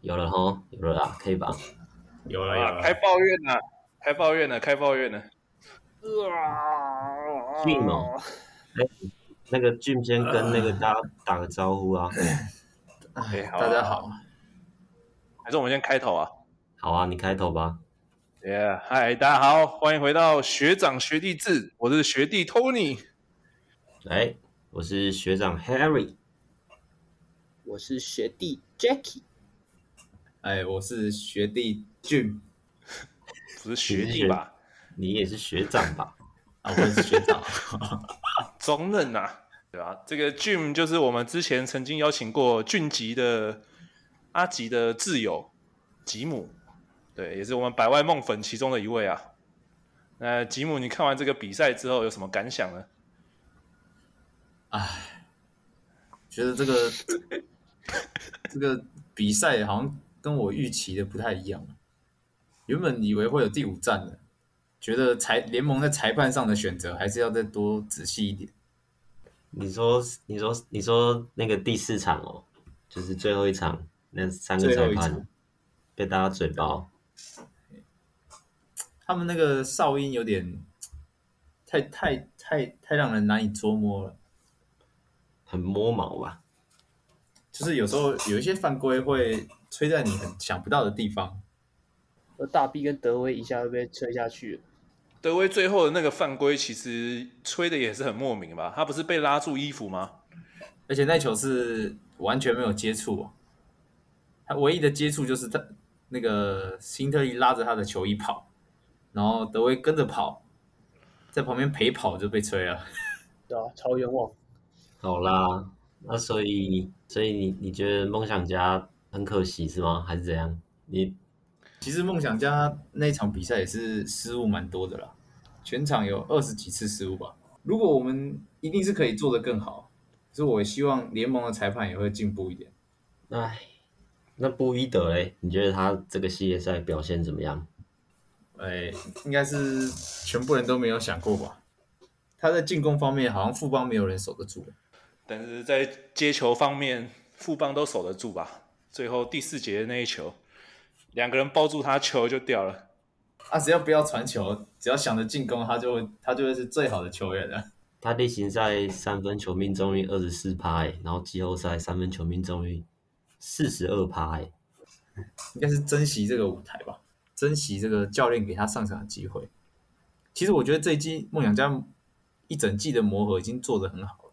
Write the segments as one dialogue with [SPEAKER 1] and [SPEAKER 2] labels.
[SPEAKER 1] 有了吼，有了啦，可以吧？
[SPEAKER 2] 有了有
[SPEAKER 3] 啊，
[SPEAKER 2] 了，
[SPEAKER 3] 开抱怨了，开抱怨了，开抱怨了。啊
[SPEAKER 1] 命哦那个 Jim 先跟那个
[SPEAKER 2] 啊
[SPEAKER 1] 大家打个招呼啊。
[SPEAKER 3] 哎好啊
[SPEAKER 2] 大家好，
[SPEAKER 3] 还是我们先开头啊。
[SPEAKER 1] 好啊，你开头吧。
[SPEAKER 3] Yeah，嗨，大家好，欢迎回到学长学弟制，我是学弟 Tony。
[SPEAKER 1] 哎，我是学长 Harry。
[SPEAKER 4] 我是学弟 Jacky，
[SPEAKER 2] 哎，我是学弟俊
[SPEAKER 3] 不是学弟吧？
[SPEAKER 1] 你也是学长吧？
[SPEAKER 2] 啊， 我是学长，
[SPEAKER 3] 中任呐、啊，对吧、这个 Jim 就是我们之前曾经邀请过俊吉的阿吉的挚友吉姆，对，也是我们百万梦粉其中的一位啊。那吉姆，你看完这个比赛之后有什么感想呢？
[SPEAKER 2] 觉得这个这个比赛好像跟我预期的不太一样，啊原本以为会有第五战的，觉得裁联盟在裁判上的选择还是要再多仔细一点。
[SPEAKER 1] 你说，你说，你说那个第四场哦，就是最后一场那三个
[SPEAKER 2] 最后
[SPEAKER 1] 裁
[SPEAKER 2] 一
[SPEAKER 1] 判
[SPEAKER 2] 场
[SPEAKER 1] 被大家嘴哦爆，
[SPEAKER 2] 他们那个哨音有点太太太太让人难以捉摸了，
[SPEAKER 1] 很摸毛吧？
[SPEAKER 2] 就是有时候有一些犯规会吹在你很想不到的地方。
[SPEAKER 4] 而大 B 跟德威一下就被吹下去了。
[SPEAKER 3] 德威最后的那个犯规其实吹的也是很莫名吧？他不是被拉住衣服吗？
[SPEAKER 2] 而且那球是完全没有接触、哦，他唯一的接触就是他那个辛特利拉着他的球衣跑，然后德威跟着跑，在旁边陪跑就被吹了。
[SPEAKER 4] 对啊，超冤枉！
[SPEAKER 1] 好啦，那所以，所以你你觉得梦想家很可惜是吗？还是怎样？你
[SPEAKER 2] 其实梦想家那场比赛也是失误蛮多的啦，全场有二十几次失误吧。如果我们一定是可以做得更好，可是我也希望联盟的裁判也会进步一点。
[SPEAKER 1] 哎，那布伊德嘞？你觉得他这个系列赛表现怎么样？
[SPEAKER 2] 哎，应该是全部人都没有想过吧？他在进攻方面好像副帮没有人守得住。
[SPEAKER 3] 但是在接球方面，富邦都守得住吧？最后第四节的那一球，两个人抱住他球就掉了。
[SPEAKER 2] 他啊只要不要传球，只要想着进攻，他就会他就会是最好的球员了。
[SPEAKER 1] 他例行赛三分球命中率二十四趴，哎，然后季后赛三分球命中率四十二趴，哎，
[SPEAKER 2] 应该是珍惜这个舞台吧，珍惜这个教练给他上场的机会。其实我觉得这一季梦想家一整季的磨合已经做得很好了，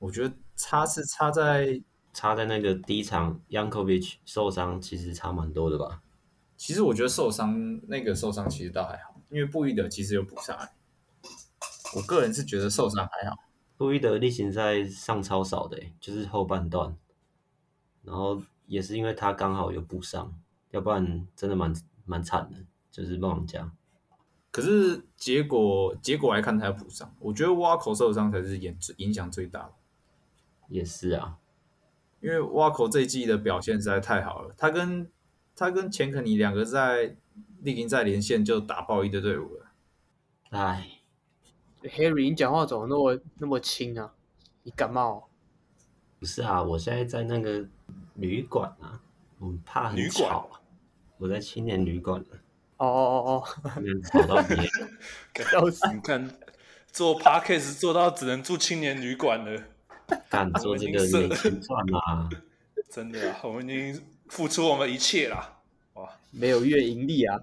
[SPEAKER 2] 我觉得差是差在，
[SPEAKER 1] 差在那个第一场 Yankovic 受伤，其实差蛮多的吧？
[SPEAKER 2] 其实我觉得受伤那个受伤其实倒还好，因为布伊德其实有补上来。我个人是觉得受伤还好，
[SPEAKER 1] 布伊德例行赛上超少的、欸，就是后半段，然后也是因为他刚好有补上，要不然真的蛮蛮惨的，就是梦想家。
[SPEAKER 2] 可是结果结果来看他有补上，我觉得挖口受伤才是影影响最大的。
[SPEAKER 1] 也是啊，
[SPEAKER 2] 因为挖口这一季的表现实在太好了，他跟他跟钱肯尼两个在例行赛连线就打爆一队队伍了。
[SPEAKER 1] 唉，
[SPEAKER 4] Harry，你讲话怎么那么那么轻啊？你感冒哦、
[SPEAKER 1] 不是啊，我现在在那个旅馆啊，我很怕很
[SPEAKER 3] 旅馆
[SPEAKER 1] 吵啊，我在青年旅馆啊，
[SPEAKER 4] 哦哦哦
[SPEAKER 1] 不能吵到别人。
[SPEAKER 4] 哦，笑死！
[SPEAKER 3] 你看，做 podcast 做到只能住青年旅馆了，
[SPEAKER 1] 干做这个没钱赚啦，
[SPEAKER 3] 真的啊，我们已经付出我们一切啦。哇，
[SPEAKER 4] 没有月盈利啊！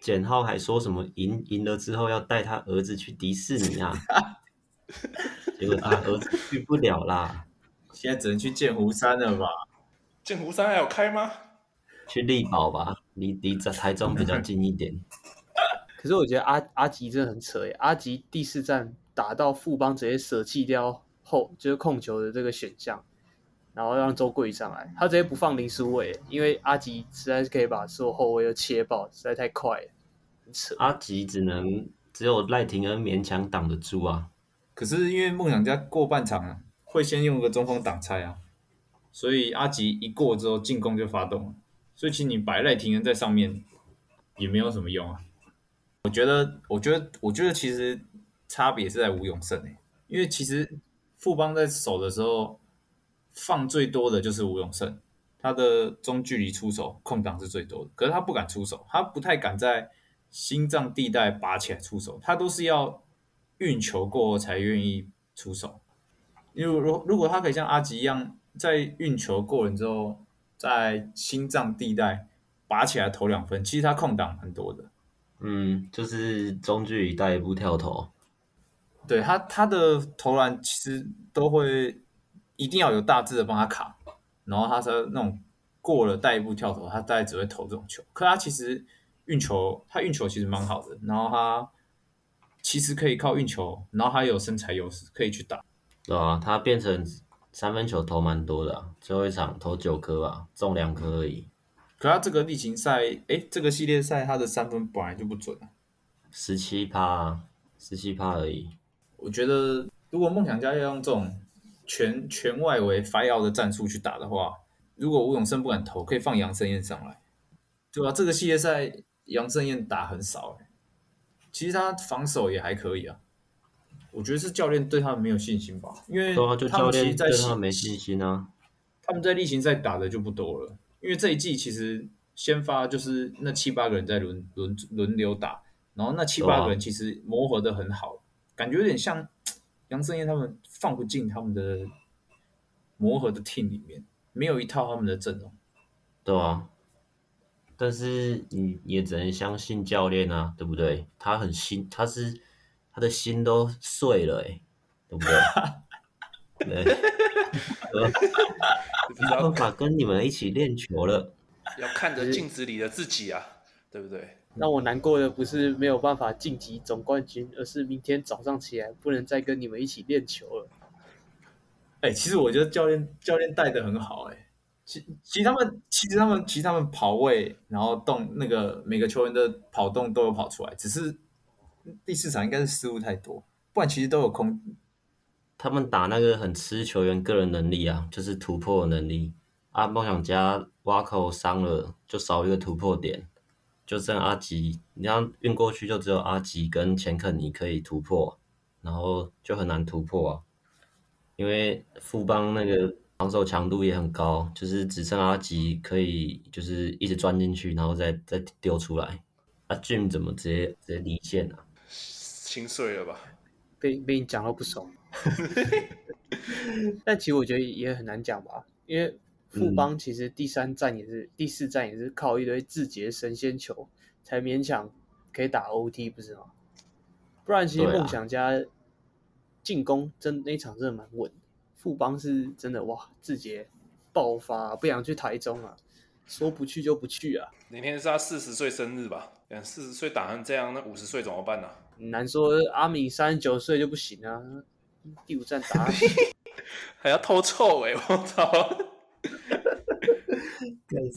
[SPEAKER 1] 简浩还说什么赢赢了之后要带他儿子去迪士尼啊，结果他儿子去不了啦，
[SPEAKER 2] 现在只能去剑湖山了吧？
[SPEAKER 3] 剑湖山还有开吗？
[SPEAKER 1] 去力宝吧，离离在台中比较近一点。
[SPEAKER 4] 可是我觉得阿阿吉真的很扯耶，阿吉第四站打到富邦直接舍弃掉后就是控球的这个选项，然后让周桂宇上来，他直接不放林书伟耶，因为阿吉实在是可以把所有后卫都切爆，实在太快了，很扯。
[SPEAKER 1] 阿吉只能只有赖廷恩勉强挡得住啊，
[SPEAKER 2] 可是因为梦想家过半场啊，会先用个中锋挡拆啊，所以阿吉一过之后进攻就发动了，所以其实你摆赖廷恩在上面也没有什么用啊。我觉得，我觉得，我觉得其实欸差别是在吴永胜诶、因为其实富邦在守的时候，放最多的就是吴永胜，他的中距离出手空档是最多的，可是他不敢出手，他不太敢在心脏地带拔起来出手，他都是要运球过后才愿意出手。因为如如果他可以像阿吉一样，在运球过人之后，在心脏地带拔起来投两分，其实他空档蛮多的。
[SPEAKER 1] 嗯，就是中距离带一步跳投，
[SPEAKER 2] 对他他的投篮其实都会一定要有大致的帮他卡，然后他才那种过了带一步跳投，他大概只会投这种球。可他其实运球，他运球其实蛮好的，然后他其实可以靠运球，然后他有身材优势可以去打。
[SPEAKER 1] 对啊，他变成三分球投蛮多的、啊，最后一场投九颗吧，中两颗而已，
[SPEAKER 2] 可他这个例行赛，诶，这个系列赛他的三分本来就不准啊。
[SPEAKER 1] 十七趴，啊十七趴而已。
[SPEAKER 2] 我觉得如果梦想家要用这种全全外围 f i out 的战术去打的话，如果吴永胜不敢投，可以放杨胜燕上来，对吧、啊这个系列赛杨胜燕打很少、欸，其实他防守也还可以啊。我觉得是教练对他们没有信心吧，因为
[SPEAKER 1] 对啊，就
[SPEAKER 2] 他
[SPEAKER 1] 教
[SPEAKER 2] 们其
[SPEAKER 1] 练
[SPEAKER 2] 实在
[SPEAKER 1] 对他
[SPEAKER 2] 系
[SPEAKER 1] 们没信心啊。
[SPEAKER 2] 他们在例行赛打的就不多了，因为这一季其实先发就是那七八个人在轮轮轮流打，然后那七八个人其实磨合的很好，感觉有点像杨振业他们放不进他们的磨合的 team 里面，没有一套他们的阵容。
[SPEAKER 1] 对啊，但是你也只能相信教练啊，对不对？他很心，他是他的心都碎了、欸，对不对？ 对，
[SPEAKER 3] 不知
[SPEAKER 1] 没
[SPEAKER 3] 道
[SPEAKER 1] 办法跟你们一起练球了。
[SPEAKER 3] 要看着镜子里的自己啊，对不对？
[SPEAKER 4] 让我难过的不是没有办法晋级总冠军，而是明天早上起来不能再跟你们一起练球了。
[SPEAKER 2] 哎、其实我觉得教练教练带的很好、哎，其其实他们其实他们其实他们跑位，然后动那个每个球员的跑动都有跑出来，只是第四场应该是失误太多，不然其实都有空
[SPEAKER 1] 他们打那个很吃球员个人能力啊，就是突破能力啊。梦想家挖口伤了，就少一个突破点，就剩阿吉。你像运过去，就只有阿吉跟钱肯尼可以突破，然后就很难突破啊。因为富邦那个防守强度也很高，就是只剩阿吉可以，就是一直钻进去，然后再再丢出来。啊，Jim 怎么直接直接离线啊？
[SPEAKER 3] 心碎了吧？
[SPEAKER 4] 被被你讲到 不爽。但其实我觉得也很难讲吧，因为富
[SPEAKER 1] 嗯
[SPEAKER 4] 邦其实第三站也是、第四站也是靠一堆自己的神仙球才勉强可以打 OT，不是吗？不然其实
[SPEAKER 1] 对啊
[SPEAKER 4] 梦想家进攻真那一场真的蛮稳的，富邦是真的哇，自己爆发，不想去台中啊，说不去就不去啊，
[SPEAKER 3] 明天是他四十岁生日吧？嗯，四十岁打成这样，那五十岁怎么办呢、啊
[SPEAKER 4] 很难说阿米三十九岁就不行啊，第五站打他
[SPEAKER 3] 还要偷臭哎、我操！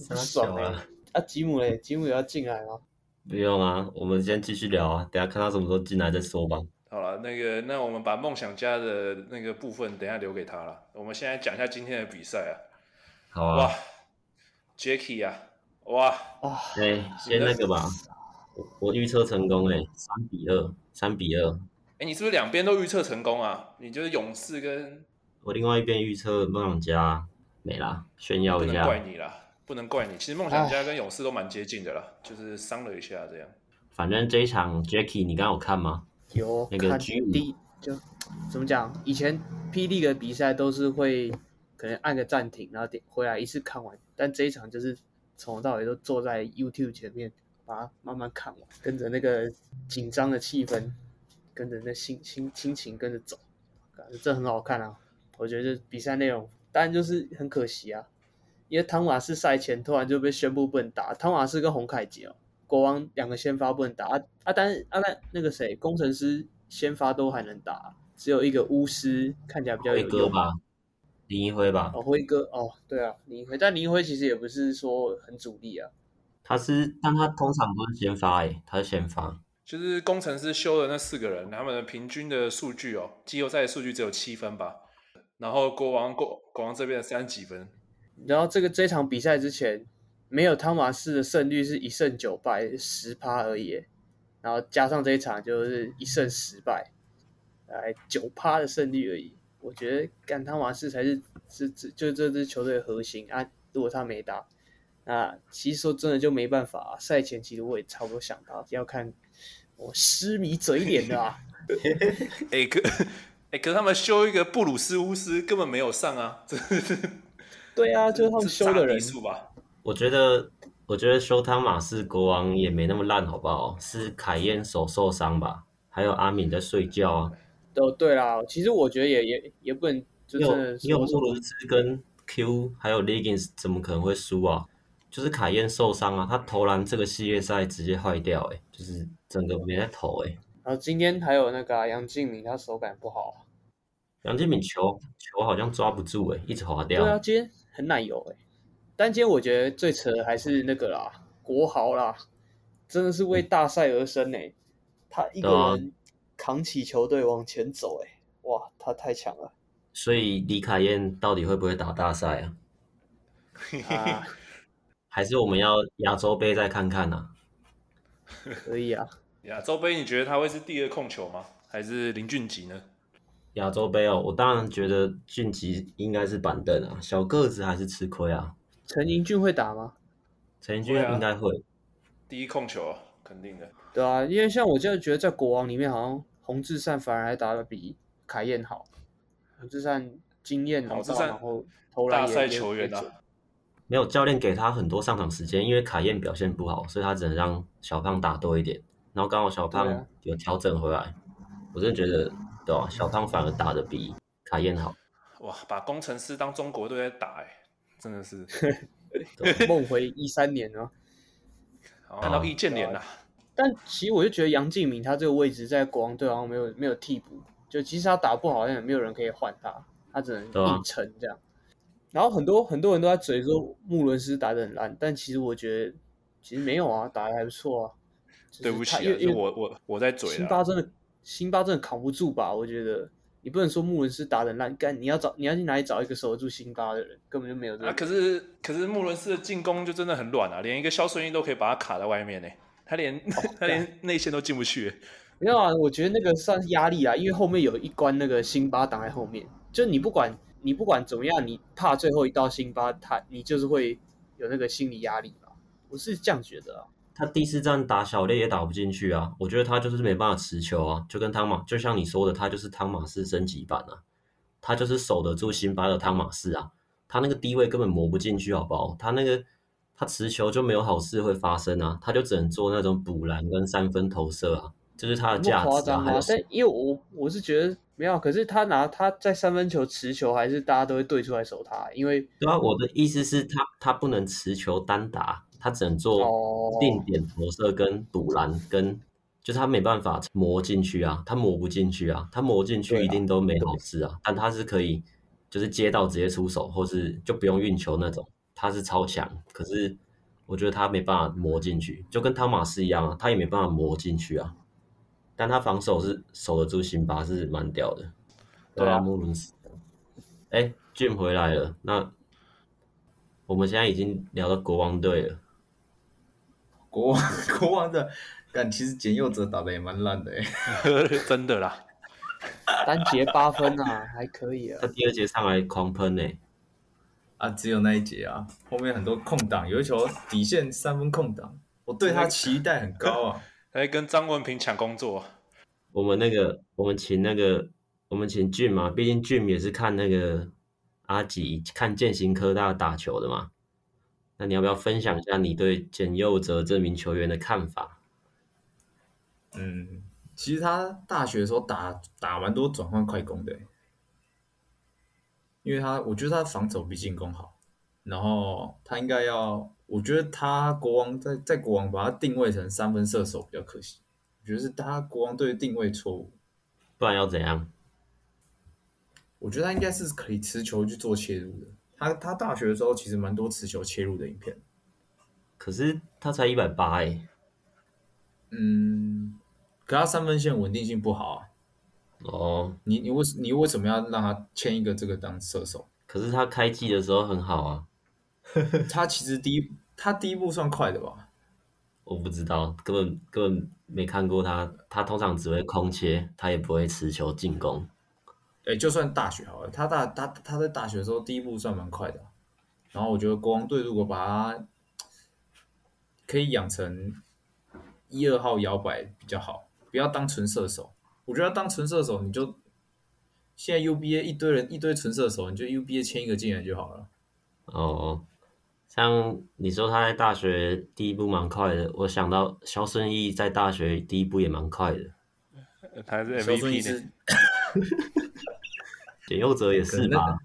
[SPEAKER 1] 太
[SPEAKER 4] 爽欸啊，吉姆嘞，吉姆也要进来吗？
[SPEAKER 1] 不用啊，我们先继续聊啊，等下看他什么时候进来再说吧。
[SPEAKER 3] 好了，那个，那我们把梦想家的那个部分等一下留给他了。我们现在讲一下今天的比赛啊，
[SPEAKER 1] 好
[SPEAKER 3] 哇
[SPEAKER 1] 啊，
[SPEAKER 3] ，Jacky 啊，哇，
[SPEAKER 4] 啊，
[SPEAKER 1] 哎、先那个吧，我我预测成功哎、三比二，三比二。
[SPEAKER 3] 哎、你是不是两边都预测成功啊？你就是勇士跟
[SPEAKER 1] 我另外一边预测梦想家没啦，炫耀
[SPEAKER 3] 不
[SPEAKER 1] 一
[SPEAKER 3] 能怪
[SPEAKER 1] 下，
[SPEAKER 3] 你啦，不能怪你。其实梦想家跟勇士都蛮接近的啦，就是伤了一下这样。
[SPEAKER 1] 反正这一场 Jacky 你刚有看吗？
[SPEAKER 4] 有
[SPEAKER 1] 那个
[SPEAKER 4] 看
[SPEAKER 1] G 五
[SPEAKER 4] 第就怎么讲？以前霹雳的比赛都是会可能按个暂停，然后点回来一次看完，但这一场就是从头到尾都坐在 YouTube 前面，把它慢慢看完，跟着那个紧张的气氛，跟着那心心心情跟着走，感觉这很好看啊！我觉得比赛内容当然就是很可惜啊，因为汤马士赛前突然就被宣布不能打，汤马士跟洪凯杰哦。国王两个先发不能打啊啊，但是啊但那个谁，工程师先发都还能打，只有一个巫师看起来比较
[SPEAKER 1] 辉
[SPEAKER 4] 有
[SPEAKER 1] 哥
[SPEAKER 4] 用。
[SPEAKER 1] 吧，林一辉吧，
[SPEAKER 4] 哦，辉哥哦，对啊，林一辉，但林一辉其实也不是说很主力啊。
[SPEAKER 1] 他是，但他通常都是先发哎、他是先发，
[SPEAKER 3] 就是工程师修的那四个人，他们的平均的数据哦，季后赛的数据只有七分吧。然后国王国国王这边的三十几分，
[SPEAKER 4] 然后这个这场比赛之前，没有汤马士的胜率是一胜九败，十趴而已耶。然后加上这一场就是一胜十败，哎，九趴的胜率而已。我觉得干汤马士才是这这就这支球队的核心啊。如果他没打，那其实说真的就没办法、啊。赛前其实我也差不多想到要看我痴迷嘴脸 的啊，
[SPEAKER 3] 哎、可哎、可是他们修一个布鲁斯乌斯根本没有上啊，这
[SPEAKER 4] 对啊，就是他们修的人
[SPEAKER 3] 这是砸地数吧？
[SPEAKER 1] 我觉得，我觉得修汤马士国王也没那么烂，好不好？是凯燕手受伤吧？还有阿敏在睡觉啊。
[SPEAKER 4] 哦，对啦，其实我觉得也也也不能就真
[SPEAKER 1] 又
[SPEAKER 4] 的
[SPEAKER 1] 又
[SPEAKER 4] 说
[SPEAKER 1] 布鲁斯跟 Q 还有 Leggings 怎么可能会输啊？就是凯燕受伤啊，他投篮这个系列赛直接坏掉、欸，就是整个没在投、欸，哎，
[SPEAKER 4] 然后今天还有那个啊、杨敬敏，他手感不好啊、
[SPEAKER 1] 杨建敏球球好像抓不住、欸，哎，一直滑掉。
[SPEAKER 4] 对啊，今天很奶油哎、但今天我觉得最扯的还是那个啦，国豪啦，真的是为大赛而生哎、他一个
[SPEAKER 1] 对啊
[SPEAKER 4] 人扛起球队往前走哎、哇，他太强了。
[SPEAKER 1] 所以李凯燕到底会不会打大赛啊？
[SPEAKER 4] 啊，
[SPEAKER 1] 还是我们要亚洲杯再看看啊？
[SPEAKER 4] 可以啊，
[SPEAKER 3] 亚洲杯，你觉得他会是第二控球吗？还是林俊杰呢？
[SPEAKER 1] 亚洲杯哦，我当然觉得俊吉应该是板凳啊，小个子还是吃亏啊。
[SPEAKER 4] 陈盈俊会打吗？
[SPEAKER 1] 陈俊
[SPEAKER 3] 会啊
[SPEAKER 1] 应该会，
[SPEAKER 3] 第一控球啊，肯定的。
[SPEAKER 4] 对啊，因为像我就觉得在国王里面，好像洪志善反而还打的比凯燕好，洪志善经验老
[SPEAKER 3] 洪志
[SPEAKER 4] 道，
[SPEAKER 3] 善
[SPEAKER 4] 然后投篮
[SPEAKER 3] 大
[SPEAKER 4] 也
[SPEAKER 3] 赛
[SPEAKER 4] 也
[SPEAKER 3] 球员
[SPEAKER 4] 也准
[SPEAKER 3] 啊，
[SPEAKER 1] 没有教练给他很多上场时间，因为凯燕表现不好，所以他只能让小胖打多一点。然后刚好小
[SPEAKER 4] 对
[SPEAKER 1] 胖
[SPEAKER 4] 啊
[SPEAKER 1] 有调整回来，我真的觉得对吧、小胖反而打得比凯燕好，
[SPEAKER 3] 哇，把工程师当中国队在打、哎，真的 是，
[SPEAKER 4] 梦回一三年啊。
[SPEAKER 3] 好看到易建联啦、啊
[SPEAKER 4] 但其实我就觉得杨敬敏他这个位置在国王队好像没有没有替补，就即使他打不好，好像也没有人可以换他，他只能
[SPEAKER 1] 对啊
[SPEAKER 4] 硬撑这样。然后很多很多人都在嘴说穆伦斯打得很烂，但其实我觉得其实没有啊，打得还不错啊。就是
[SPEAKER 3] 对不起
[SPEAKER 4] 他
[SPEAKER 3] 啊，
[SPEAKER 4] 因为
[SPEAKER 3] 是
[SPEAKER 4] 因为
[SPEAKER 3] 我我我在嘴啊
[SPEAKER 4] 辛
[SPEAKER 3] 啦
[SPEAKER 4] 巴。真的辛巴真的扛不住吧？我觉得你不能说穆伦斯打得很烂，干你要找你要去哪里找一个守得住辛巴的人，根本就没有这
[SPEAKER 3] 啊，可
[SPEAKER 4] 个。
[SPEAKER 3] 是可是穆伦斯的进攻就真的很乱啊，连一个肖顺义都可以把他卡在外面呢、他连、
[SPEAKER 2] 哦
[SPEAKER 3] 他
[SPEAKER 2] 啊
[SPEAKER 3] 连内线都进不去、
[SPEAKER 4] 没有啊，我觉得那个算是压力啊，因为后面有一关那个辛巴挡在后面，就你不管你不管怎么样，你怕最后一道辛巴，他你就是会有那个心理压力吧，我是这样觉得啊。
[SPEAKER 1] 他第四站打小烈也打不进去啊，我觉得他就是没办法持球啊，就跟汤马，就像你说的，他就是汤马士升级版啊，他就是守得住辛巴的汤马士啊，他那个低位根本磨不进去，好不好？他那个他持球就没有好事会发生啊，他就只能做那种补篮跟三分投射啊，这是他的
[SPEAKER 4] 那么
[SPEAKER 1] 价
[SPEAKER 4] 夸
[SPEAKER 1] 值啊，
[SPEAKER 4] 张
[SPEAKER 1] 还
[SPEAKER 4] 吗
[SPEAKER 1] 有？
[SPEAKER 4] 但因为我我是觉得没有，可是他拿他在三分球持球，还是大家都会对出来守他，因为
[SPEAKER 1] 对啊，我的意思是他他不能持球单打，他只能做
[SPEAKER 4] 哦，
[SPEAKER 1] 定点投射跟补篮跟，就是他没办法磨进去啊，他磨不进去啊，他磨进去
[SPEAKER 4] 对啊
[SPEAKER 1] 一定都没好事啊，但他是可以就是接到直接出手，或是就不用运球那种，他是超强，可是我觉得他没办法磨进去，就跟汤马斯一样啊，他也没办法磨进去啊，但他防守是守得住辛巴是蛮屌的，
[SPEAKER 3] 对啊
[SPEAKER 1] 穆伦斯，哎，Jim 回来了，那。我们现在已经聊到国王队了，
[SPEAKER 2] 国王 国王的，但其实简佑哲打的也蛮烂的哎、
[SPEAKER 3] 欸，真的啦。
[SPEAKER 4] 单节八分啊，还可以啊
[SPEAKER 1] 他。第二节上来狂喷呢、
[SPEAKER 2] 啊，只有那一节啊，后面很多空档，有一球底线三分空档，我对他期待很高啊。
[SPEAKER 3] 他在跟张文平抢工作，
[SPEAKER 1] 我们那个，我们请那个，我们请俊嘛，毕竟俊也是看那个阿吉看建行科大打球的嘛。那你要不要分享一下你对简佑哲这名球员的看法？
[SPEAKER 2] 嗯，其实他大学的时候打打蛮多转换快攻的欸、因为他我觉得他防守比进攻好，然后他应该要，我觉得他国王在在国王把他定位成三分射手比较可惜，我觉得是他国王队的定位错误。
[SPEAKER 1] 不然要怎样？
[SPEAKER 2] 我觉得他应该是可以持球去做切入的。他他大学的时候其实蛮多持球切入的影片。
[SPEAKER 1] 可是他才一百八哎，
[SPEAKER 2] 嗯，可他三分线稳定性不好啊。
[SPEAKER 1] 哦，
[SPEAKER 2] 你你为你为什么要让他签一个这个当射手？
[SPEAKER 1] 可是他开季的时候很好啊，
[SPEAKER 2] 他其实第一他第一步算快的吧？
[SPEAKER 1] 我不知道，根本根本没看过他，他通常只会空切，他也不会持球进攻。
[SPEAKER 2] 哎，就算大学好了，他大他他在大学的时候第一步算蛮快的啊，然后我觉得国王队如果把他可以养成一二号摇摆比较好，不要当纯射手。我觉得当纯射手你就现在 UBA 一堆人一堆纯射手，你就 UBA 签一个进来就好了。
[SPEAKER 1] 哦，像你说他在大学第一步蛮快的，我想到肖顺义在大学第一步也蛮快的，
[SPEAKER 3] 呃他是
[SPEAKER 2] 肖顺义
[SPEAKER 3] MVP 呢，
[SPEAKER 2] 是
[SPEAKER 1] 简佑哲也是
[SPEAKER 2] 可能
[SPEAKER 1] 吧？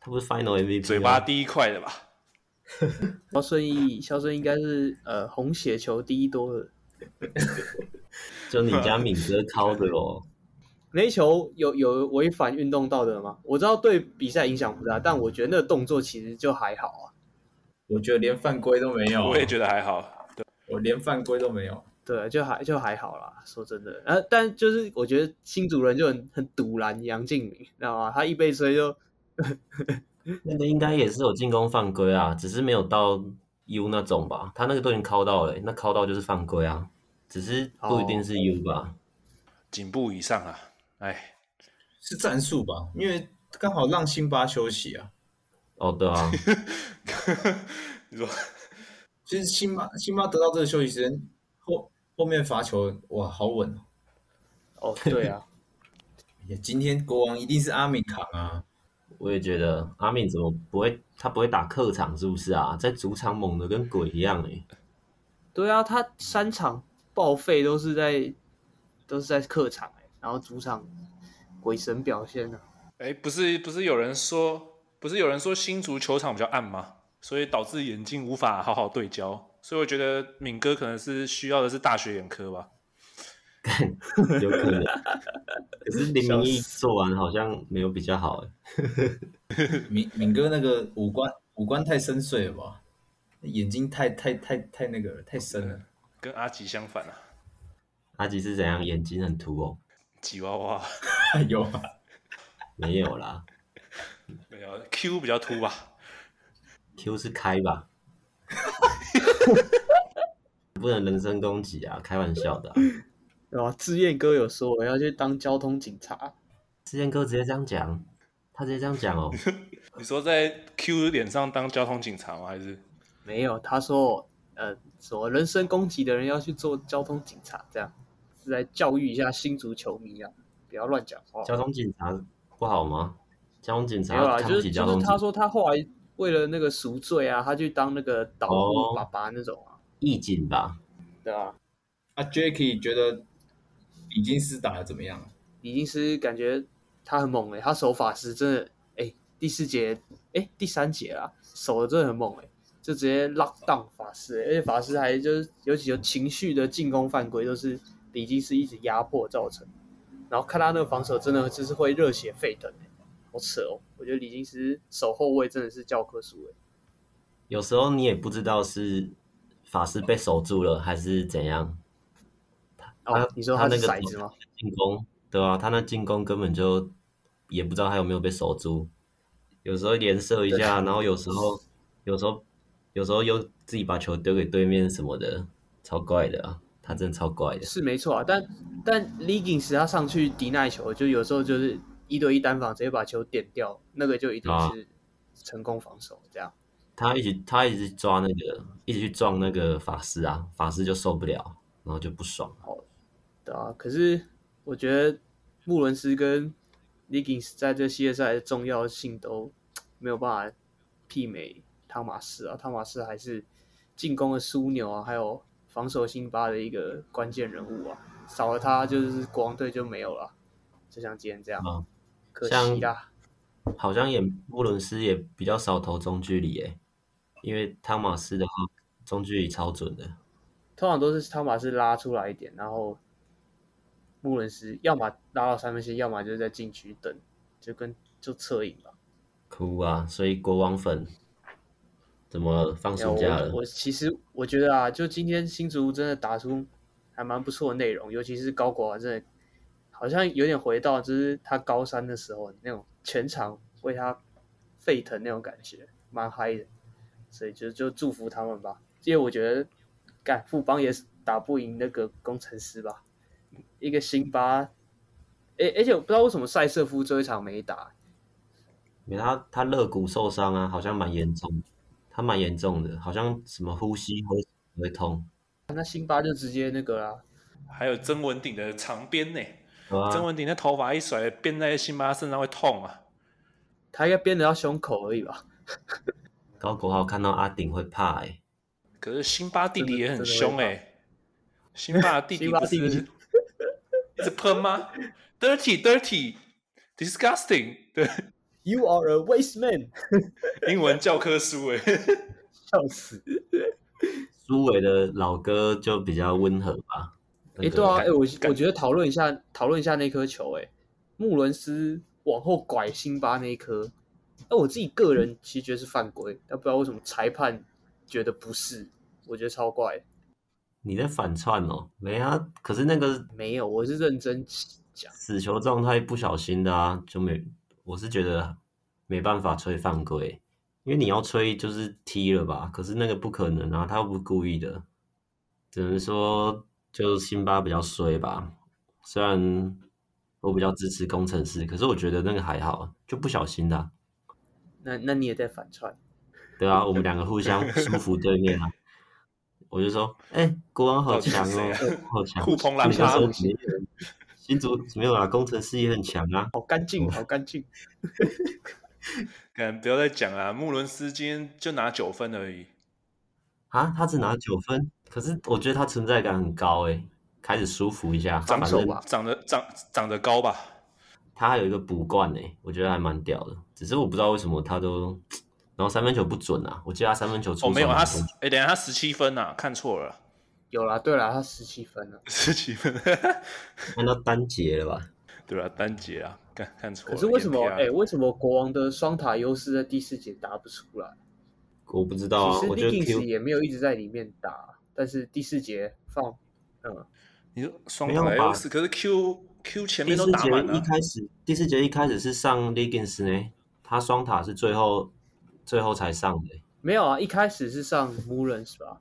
[SPEAKER 1] 他不是 Final MVP，
[SPEAKER 3] 嘴
[SPEAKER 1] 吗
[SPEAKER 3] 巴第一块的吧？
[SPEAKER 4] 肖顺义，肖顺义应该是呃红血球第一多的。
[SPEAKER 1] 就你 家敏哥敲的哦。
[SPEAKER 4] 那一球有有违反运动道德吗？我知道对比赛影响不大，但我觉得那个动作其实就还好啊。
[SPEAKER 2] 我觉得连犯规都没有，
[SPEAKER 3] 我也觉得还好。对
[SPEAKER 2] 我连犯规都没有。
[SPEAKER 4] 对，就还就还好啦。说真的，呃，但就是我觉得新主人就很很堵拦杨敬敏，知道吗？他一被吹就
[SPEAKER 1] 那个应该也是有进攻犯规啊，只是没有到 U 那种吧？他那个都已经敲到了、欸那敲到就是犯规啊，只是不一定
[SPEAKER 3] 哦
[SPEAKER 1] 是 U 吧？
[SPEAKER 3] 颈部以上啊，哎，
[SPEAKER 2] 是战术吧，因为刚好让辛巴休息啊。
[SPEAKER 1] 哦，对啊，
[SPEAKER 3] 你说
[SPEAKER 2] 其实辛巴辛巴得到这个休息时间后，后面罚球哇，好稳哦！
[SPEAKER 4] 哦，对 啊，
[SPEAKER 2] 也今天国王一定是阿敏扛啊，
[SPEAKER 1] 我也觉得阿敏怎么不会，他不会打客场是不是啊？在主场猛的跟鬼一样哎、
[SPEAKER 4] 对啊，他三场报废都是在都是在客场、欸，然后主场鬼神表现啊。
[SPEAKER 3] 哎，不是不是有人说，不是有人说新足球场比较暗吗？所以导致眼睛无法好好对焦。所以我觉得敏哥可能是需要的是大学眼科吧。
[SPEAKER 1] 有可能。 可是林明义做完好像没有比较好哎、
[SPEAKER 2] 敏敏哥那个五官五官太深邃了吧，眼睛太太太太那个了，太深了。
[SPEAKER 3] 跟阿吉相反啊，
[SPEAKER 1] 阿吉是怎样？眼睛很凸哦？
[SPEAKER 3] 吉娃娃
[SPEAKER 2] 有啊，
[SPEAKER 1] 没有啦
[SPEAKER 3] 没有 Q 比较凸吧？
[SPEAKER 1] ，Q 是开吧？ 不能人身攻击啊，开玩笑的、啊。
[SPEAKER 4] 对啊，志燕哥有说我要去当交通警察，
[SPEAKER 1] 志健哥直接这样讲，他直接这样讲哦。
[SPEAKER 3] 你说在 Q 脸上当交通警察吗？还是
[SPEAKER 4] 没有，他说呃，什么人身攻击的人要去做交通警察，这样是来教育一下新足球迷啊，不要乱讲话。
[SPEAKER 1] 交通警察不好吗？交通警
[SPEAKER 4] 没
[SPEAKER 1] 察
[SPEAKER 4] 有啦，
[SPEAKER 1] 看不
[SPEAKER 4] 就是
[SPEAKER 1] 起
[SPEAKER 4] 就
[SPEAKER 1] 交通
[SPEAKER 4] 是
[SPEAKER 1] 警
[SPEAKER 4] 他说他后来为了那个赎罪啊，他去当那个导
[SPEAKER 1] 哦
[SPEAKER 4] 护爸爸那种啊，
[SPEAKER 1] 义警吧？
[SPEAKER 4] 对啊，
[SPEAKER 2] 啊 j a c k i 觉得已经是打的怎么样了？
[SPEAKER 4] 已经是感觉他很猛哎、他守法师真的哎、第四节哎、第三节啦，守的真的很猛哎、就直接 lock down 法师、欸，而且法师还就是尤其有情绪的进攻犯规都是已经是一直压迫造成，然后看他那个防守真的就是会热血沸腾、欸、好扯哦！我觉得李金斯守后卫真的是教科书哎、
[SPEAKER 1] 有时候你也不知道是法师被守住了还是怎样。
[SPEAKER 4] 哦，你说
[SPEAKER 1] 他
[SPEAKER 4] 是
[SPEAKER 1] 那个
[SPEAKER 4] 骰子吗？
[SPEAKER 1] 进攻，对啊，他那进攻根本就也不知道他有没有被守住，有时候连射一下，然后有时候有时候有时候又自己把球丢给对面什么的，超怪的啊！他真的超怪的。
[SPEAKER 4] 是没错啊，但但 Leggings 他上去抵耐球，就有时候就是一对一单防直接把球点掉，那个就一定
[SPEAKER 1] 啊
[SPEAKER 4] 是成功防守这样。
[SPEAKER 1] 他一直他一直抓那个，一直去撞那个法师啊，法师就受不了，然后就不爽。
[SPEAKER 4] 对啊，可是我觉得穆伦斯跟 Leggings 在这系列赛的重要性都没有办法媲美汤马斯啊，汤马斯还是进攻的枢纽啊，还有防守辛巴的一个关键人物啊，少了他就是国王队就没有了，啊就像今天这样，
[SPEAKER 1] 啊
[SPEAKER 4] 可
[SPEAKER 1] 像
[SPEAKER 4] 惜啦。
[SPEAKER 1] 好像也穆伦斯也比较少投中距离诶，因为汤马斯的话中距离超准的。
[SPEAKER 4] 通常都是汤马斯拉出来一点，然后穆伦斯要么拉到三分线，要么就是在禁区等，就跟就侧影吧。
[SPEAKER 1] 哭啊！所以国王粉怎么了放
[SPEAKER 4] 没有
[SPEAKER 1] 暑假了
[SPEAKER 4] 我？我其实我觉得啊，就今天新竹真的打出还蛮不错的内容，尤其是高国华真的好像有点回到就是他高三的时候那种全场为他沸腾那种感觉，蛮嗨的。所以就就祝福他们吧，因为我觉得干富邦也是打不赢那个工程师吧，一个辛巴诶，而且我不知道为什么塞瑟夫这一场没打，
[SPEAKER 1] 因为他他肋骨受伤啊，好像蛮严重，他蛮严重的，好像什么呼吸会会痛，
[SPEAKER 4] 那辛巴就直接那个啦，
[SPEAKER 3] 还有曾文鼎的长鞭呢、
[SPEAKER 1] 对啊
[SPEAKER 3] 曾文鼎那头发一甩，鞭在辛巴身上会痛啊。
[SPEAKER 4] 他应该编得到胸口而已吧？
[SPEAKER 1] 高国豪看到阿顶会怕哎、欸，
[SPEAKER 3] 可是辛巴弟弟也很凶哎、
[SPEAKER 4] 真
[SPEAKER 3] 辛巴的弟弟
[SPEAKER 4] 辛巴
[SPEAKER 3] 不是
[SPEAKER 4] 弟弟
[SPEAKER 3] 一直喷吗？Dirty, dirty, disgusting，对，
[SPEAKER 4] You are a waste man，,
[SPEAKER 3] 英文教科书 哎、
[SPEAKER 4] 笑死！
[SPEAKER 1] 苏伟的老哥就比较温和吧。
[SPEAKER 4] 哎、
[SPEAKER 1] 那个
[SPEAKER 4] 对啊，哎、
[SPEAKER 3] 感
[SPEAKER 4] 我
[SPEAKER 3] 感
[SPEAKER 4] 我觉得讨论一下，讨论一下那颗球、哎，穆伦斯往后拐辛巴那一颗，哎，我自己个人其实觉得是犯规，但不知道为什么裁判觉得不是，我觉得超怪。
[SPEAKER 1] 你在反串哦，没啊？可是那个
[SPEAKER 4] 没有，我是认真讲，
[SPEAKER 1] 死球状态不小心的啊，就没，我是觉得没办法吹犯规，因为你要吹就是踢了吧，可是那个不可能啊，他又不是故意的，只能说就辛巴比较衰吧。虽然我比较支持工程师，可是我觉得那个还好，就不小心的啊、
[SPEAKER 4] 那那你也在反串，
[SPEAKER 1] 对啊，我们两个互 相舒服对面啊。我就说，哎、国王好强
[SPEAKER 3] 到
[SPEAKER 1] 哦
[SPEAKER 3] 底是谁，啊
[SPEAKER 1] 好强！
[SPEAKER 3] 互捧篮
[SPEAKER 1] 你那时候
[SPEAKER 4] 趴
[SPEAKER 1] 没有人新竹没有啊，工程师也很强啊。
[SPEAKER 4] 好干净，好干净。
[SPEAKER 3] 敢不要再讲啊！穆伦斯今天就拿九分而已，
[SPEAKER 1] 啊，他只拿九分，可是我觉得他存在感很高诶、开始舒服一下。
[SPEAKER 4] 长
[SPEAKER 1] 反
[SPEAKER 4] 手
[SPEAKER 1] 正
[SPEAKER 4] 吧
[SPEAKER 3] 长得长长得高吧？
[SPEAKER 1] 他还有一个补冠诶、我觉得还蛮屌的。只是我不知道为什么他都，然后三分球不准啊。我记得他三分球出
[SPEAKER 3] 哦，
[SPEAKER 1] 手
[SPEAKER 3] 没有，
[SPEAKER 1] 蛮
[SPEAKER 3] 他
[SPEAKER 1] 多
[SPEAKER 3] 十哎、等一下他十七分啊，看错了，
[SPEAKER 4] 有啦，对啦，他十七分了。
[SPEAKER 3] 十七分，
[SPEAKER 1] 看到单节了吧？
[SPEAKER 3] 对啊，单节啊，看看错了。
[SPEAKER 4] 可是为什么？
[SPEAKER 3] NPR
[SPEAKER 4] 哎、为什么国王的双塔优势在第四节打不出来？
[SPEAKER 1] 我不知道啊
[SPEAKER 4] 其，实
[SPEAKER 1] 我觉得
[SPEAKER 4] Dickens
[SPEAKER 1] Q
[SPEAKER 4] 也没有一直在里面打，但是第四节放，嗯，
[SPEAKER 3] 你说双
[SPEAKER 1] 没有
[SPEAKER 3] 打
[SPEAKER 1] 吧
[SPEAKER 3] 优势，可是 Q Q 前
[SPEAKER 1] 第
[SPEAKER 3] 面
[SPEAKER 1] 四
[SPEAKER 3] 都打
[SPEAKER 1] 节
[SPEAKER 3] 满
[SPEAKER 1] 一
[SPEAKER 3] 了，
[SPEAKER 1] 开始，第四节一开始是上 Liggins 呢，他双塔是最后最后才上的欸、
[SPEAKER 4] 没有啊，一开始是上 m u l l e n s 吧？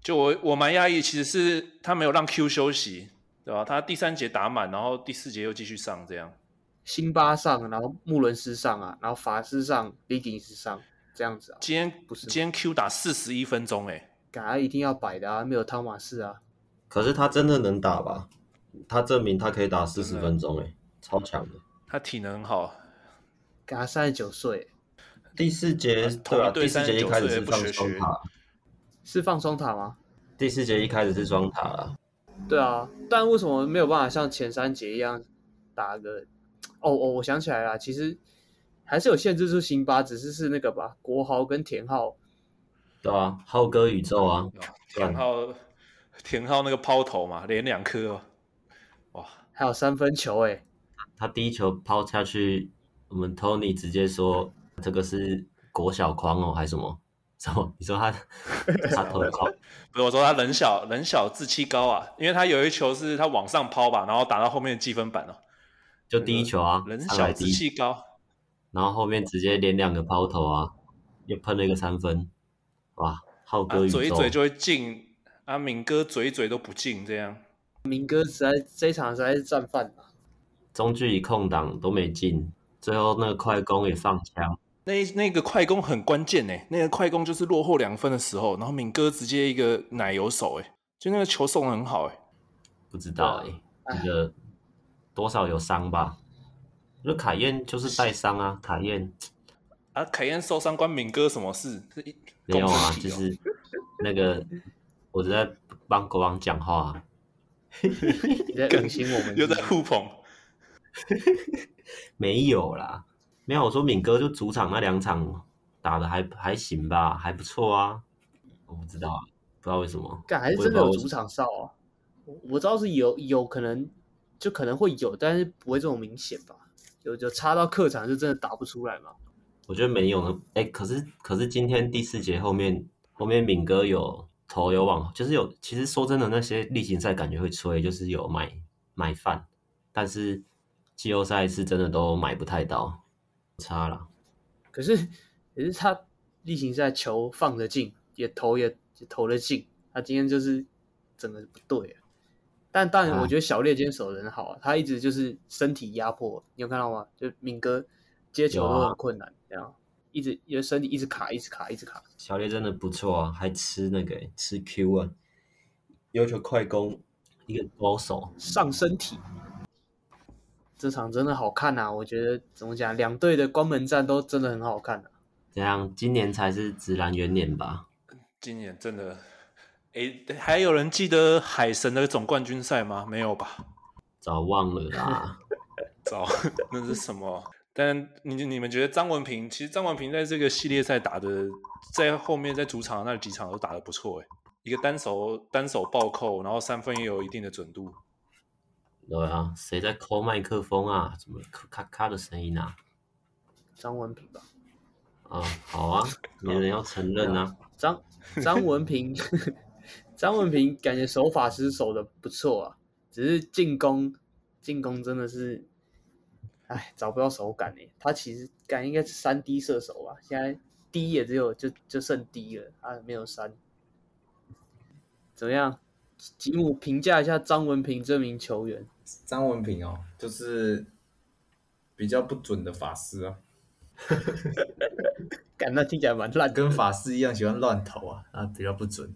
[SPEAKER 3] 就我我蛮压抑，其实是他没有让 Q 休息，对吧、他第三节打满，然后第四节又继续上，这样
[SPEAKER 4] 辛巴上，然后穆伦斯上啊，然后法师上 l i g g i n s 上，这样子啊，
[SPEAKER 3] 今天
[SPEAKER 4] 不是
[SPEAKER 3] 今天 Q 打四十一分钟、哎，
[SPEAKER 4] 赶来一定要摆的啊，没有汤马士啊，
[SPEAKER 1] 可是他真的能打吧？他证明他可以打四十
[SPEAKER 3] 真的
[SPEAKER 1] 分钟，哎，超强的。
[SPEAKER 3] 他体能很好，
[SPEAKER 4] 给他三十九岁，
[SPEAKER 1] 第四节
[SPEAKER 3] 同
[SPEAKER 1] 对啊，
[SPEAKER 3] 一队
[SPEAKER 1] 第四节一
[SPEAKER 3] 39
[SPEAKER 1] 开始
[SPEAKER 3] 岁
[SPEAKER 1] 是
[SPEAKER 3] 不
[SPEAKER 1] 上
[SPEAKER 3] 学
[SPEAKER 1] 双
[SPEAKER 3] 学
[SPEAKER 1] 塔，
[SPEAKER 4] 是放双塔吗？
[SPEAKER 1] 第四节一开始是双塔啦。
[SPEAKER 4] 对啊，但为什么没有办法像前三节一样打个？哦哦，我想起来了，其实还是有限制住辛巴，只是是那个吧，国豪跟田浩
[SPEAKER 1] 对啊，浩哥宇宙啊，
[SPEAKER 3] 田浩田浩那个抛投嘛，连两颗、哦，哇，
[SPEAKER 4] 还有三分球、欸，哎，
[SPEAKER 1] 他第一球抛下去，我们 Tony 直接说这个是国小框哦，还是什么什么？你说 他他投的框？
[SPEAKER 3] 不是我说他人小人小志气高啊，因为他有一球是他往上抛吧，然后打到后面的积分板哦，
[SPEAKER 1] 就第一球啊，
[SPEAKER 3] 人
[SPEAKER 1] 上
[SPEAKER 3] 小
[SPEAKER 1] 来第
[SPEAKER 3] 志
[SPEAKER 1] 一球
[SPEAKER 3] 气高，啊
[SPEAKER 1] 然后后面直接连两个抛投啊，又喷了一个三分，哇，浩
[SPEAKER 3] 啊
[SPEAKER 1] 哥宇宙，
[SPEAKER 3] 嘴一嘴就会进，啊敏哥嘴一嘴都不进，这样
[SPEAKER 4] 明哥实在这一场实在是战犯啊嘛，
[SPEAKER 1] 中距离空档都没进，最后那个快攻也放枪，
[SPEAKER 3] 那那个快攻很关键呢、欸那个快攻就是落后两分的时候，然后敏哥直接一个奶油手、欸，就那个球送的很好、欸，
[SPEAKER 1] 不知道哎、
[SPEAKER 4] 哎
[SPEAKER 1] 那个多少有伤吧？那凯燕就是带伤啊，凯燕
[SPEAKER 3] 啊，凯燕受伤关敏哥什么事？是一
[SPEAKER 1] 没有啊
[SPEAKER 3] 共，识体
[SPEAKER 1] 就
[SPEAKER 3] 哦
[SPEAKER 1] 是那个我在帮国王讲话、啊，
[SPEAKER 4] 你在恶心我们
[SPEAKER 3] 又在互捧，
[SPEAKER 1] 没有啦，没有，我说敏哥就主场那两场打的还还行吧，还不错啊，我不知道啊，不知道为什么。
[SPEAKER 4] 干还是真的有主场哨啊？我我知道是有有可能，就可能会有，但是不会这么明显吧？有有差到客场就真的打不出来嘛？
[SPEAKER 1] 我觉得没有呢。哎，可是可是今天第四节后面后面敏哥有头有往，就是有其实说真的，那些例行赛感觉会吹，就是有买买饭，但是季后赛是真的都买不太到，差了。
[SPEAKER 4] 可是可是他例行赛球放得进，也投也也投得进，他今天就是整个不对啊。但但
[SPEAKER 1] 啊
[SPEAKER 4] 我觉得小烈今天守的很好、啊，他一直就是身体压迫，你有看到吗？就敏哥接球
[SPEAKER 1] 有
[SPEAKER 4] 都
[SPEAKER 1] 啊
[SPEAKER 4] 很困难，这样一直因为身体一直卡，一直卡，一直卡。
[SPEAKER 1] 小烈真的不错啊，还吃那个欸吃 Q 啊，要求快攻，一个高手，
[SPEAKER 4] 上身体。这场真的好看啊！我觉得怎么讲，两队的关门战都真的很好看啊。
[SPEAKER 1] 这样今年才是直男元年吧？
[SPEAKER 3] 今年真的，诶，还有人记得海神的总冠军赛吗？没有吧？
[SPEAKER 1] 早忘了 啦，
[SPEAKER 3] 糟，那是什么？但你你们觉得张文平，其实张文平在这个系列赛打的，在后面在主场那几场都打得不错诶，欸一个单手单手暴扣，然后三分也有一定的准度，
[SPEAKER 1] 对啊，谁在抠麦克风啊？怎么咔咔咔的声音啊？
[SPEAKER 4] 张文平吧，
[SPEAKER 1] 啊，好啊，没人要承认啊，
[SPEAKER 4] 张张文平， 张文平感觉守法其实守的不错啊，只是进攻进攻真的是，哎，找不到手感哎、他其实感应该是三 D 射手吧，现在 D 也只有就就剩 D 了，啊，没有三。怎么样？吉姆评价一下张文平这名球员。
[SPEAKER 2] 张文平哦，就是比较不准的法师啊，
[SPEAKER 4] 感那听起来蛮烂的。
[SPEAKER 2] 跟法师一样喜欢乱投啊，啊比较不准。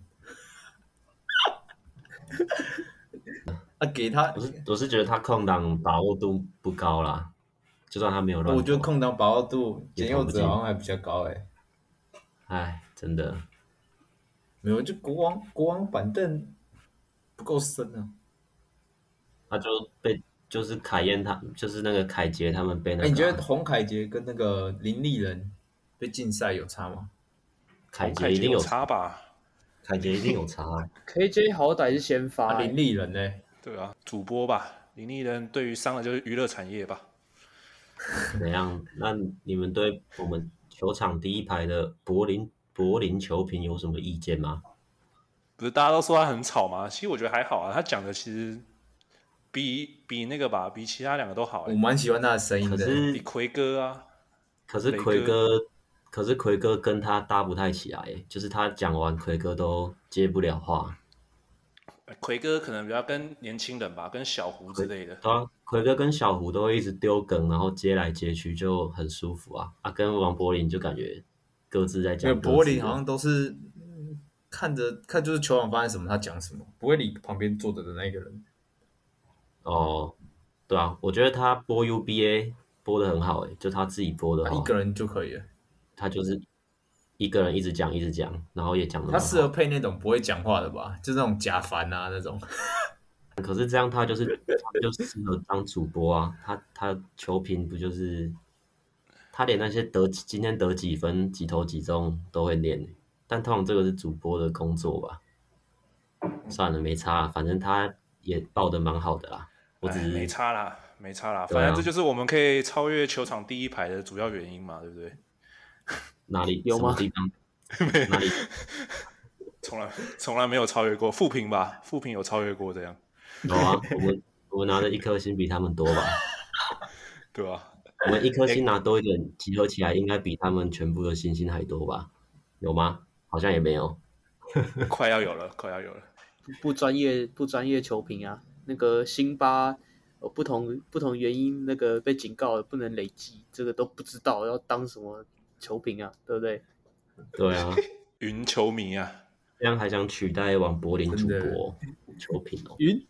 [SPEAKER 2] 啊，给他
[SPEAKER 1] 我，是我是觉得他空档把握度不高啦，就算他没有乱投，
[SPEAKER 2] 我觉得空档把握度，简
[SPEAKER 1] 也
[SPEAKER 2] 佑
[SPEAKER 1] 投不进
[SPEAKER 2] 哲好像还比较高哎、
[SPEAKER 1] 哎，真的
[SPEAKER 2] 没有，就国王国王板凳不够深啊。
[SPEAKER 1] 他就被就是凯燕他就是那个凯杰他们被那
[SPEAKER 2] 哎、
[SPEAKER 1] 个啊、
[SPEAKER 2] 你觉得洪凯杰跟那个林立人被禁赛有差吗？
[SPEAKER 1] 凯
[SPEAKER 3] 凯
[SPEAKER 1] 杰一
[SPEAKER 3] 杰
[SPEAKER 1] 定有
[SPEAKER 3] 差吧？
[SPEAKER 1] 凯杰一定有差啊、
[SPEAKER 4] KJ 好歹是先发、欸
[SPEAKER 2] 啊，林立人呢？
[SPEAKER 1] 哎
[SPEAKER 3] 对啊，主播吧，林立人对于伤了就是娱乐产业吧。
[SPEAKER 1] 怎样？那你们对我们球场第一排的柏林柏林球评有什么意见吗？
[SPEAKER 3] 不是大家都说他很吵吗？其实我觉得还好啊，他讲的其实比比那个吧，比其他两个都好、
[SPEAKER 2] 我
[SPEAKER 1] 嗯
[SPEAKER 3] 欸，
[SPEAKER 2] 蛮喜欢他的声音
[SPEAKER 1] 可
[SPEAKER 2] 的。
[SPEAKER 3] 比
[SPEAKER 1] 是
[SPEAKER 3] 奎哥啊，
[SPEAKER 1] 可是奎哥，可是奎哥跟他搭不太起来耶，就是他讲完奎哥都接不了话。
[SPEAKER 3] 呃奎哥可能比较跟年轻人吧，跟小胡之类的。
[SPEAKER 1] 对啊，奎哥跟小胡都会一直丢梗，然后接来接去就很舒服啊。啊，跟王柏林就感觉各自在
[SPEAKER 2] 因为
[SPEAKER 1] 讲各自的。
[SPEAKER 2] 柏林好像都是嗯看着看就是球场发生什么他讲什么，不会理旁边坐着的那个人。
[SPEAKER 1] 哦，对啊，我觉得他播 UBA 播的很好诶，就他自己播的
[SPEAKER 2] 他
[SPEAKER 1] 好，
[SPEAKER 2] 啊一个人就可以了，
[SPEAKER 1] 他就是一个人一直讲一直讲，然后也讲的
[SPEAKER 2] 他适合配那种不会讲话的吧，就那种假凡啊那种。
[SPEAKER 1] 可是这样他就是他就适合当主播啊，他他球评不就是他连那些得今天得几分几投几中都会念，但通常这个是主播的工作吧。算了，没差啦，啊反正他也报的蛮好的啦。我只
[SPEAKER 3] 哎，没
[SPEAKER 1] 是
[SPEAKER 3] 差啦，没差啦，
[SPEAKER 1] 对啊
[SPEAKER 3] 反正这就是我们可以超越球场第一排的主要原因嘛，对不对？
[SPEAKER 1] 哪里
[SPEAKER 4] 有
[SPEAKER 1] 什么
[SPEAKER 4] 吗
[SPEAKER 1] 地方 哪里
[SPEAKER 3] 从来从来没有超越过富平吧？富平有超越过这样，
[SPEAKER 1] 有啊？我们我们拿的一颗星比他们多吧？
[SPEAKER 3] 对吧、
[SPEAKER 1] 我们一颗星拿多一点，集合起来应该比他们全部的星星还多吧？有吗？好像也没有。
[SPEAKER 3] 快要有了，快要有了。
[SPEAKER 4] 不专业不专业球评啊，那个辛巴有不同不同原因那个被警告了不能累积，这个都不知道要当什么球评啊，对不对？
[SPEAKER 1] 对啊。
[SPEAKER 3] 云球迷啊，
[SPEAKER 1] 这样还想取代王柏林主
[SPEAKER 2] 真的
[SPEAKER 1] 播球评哦
[SPEAKER 4] 云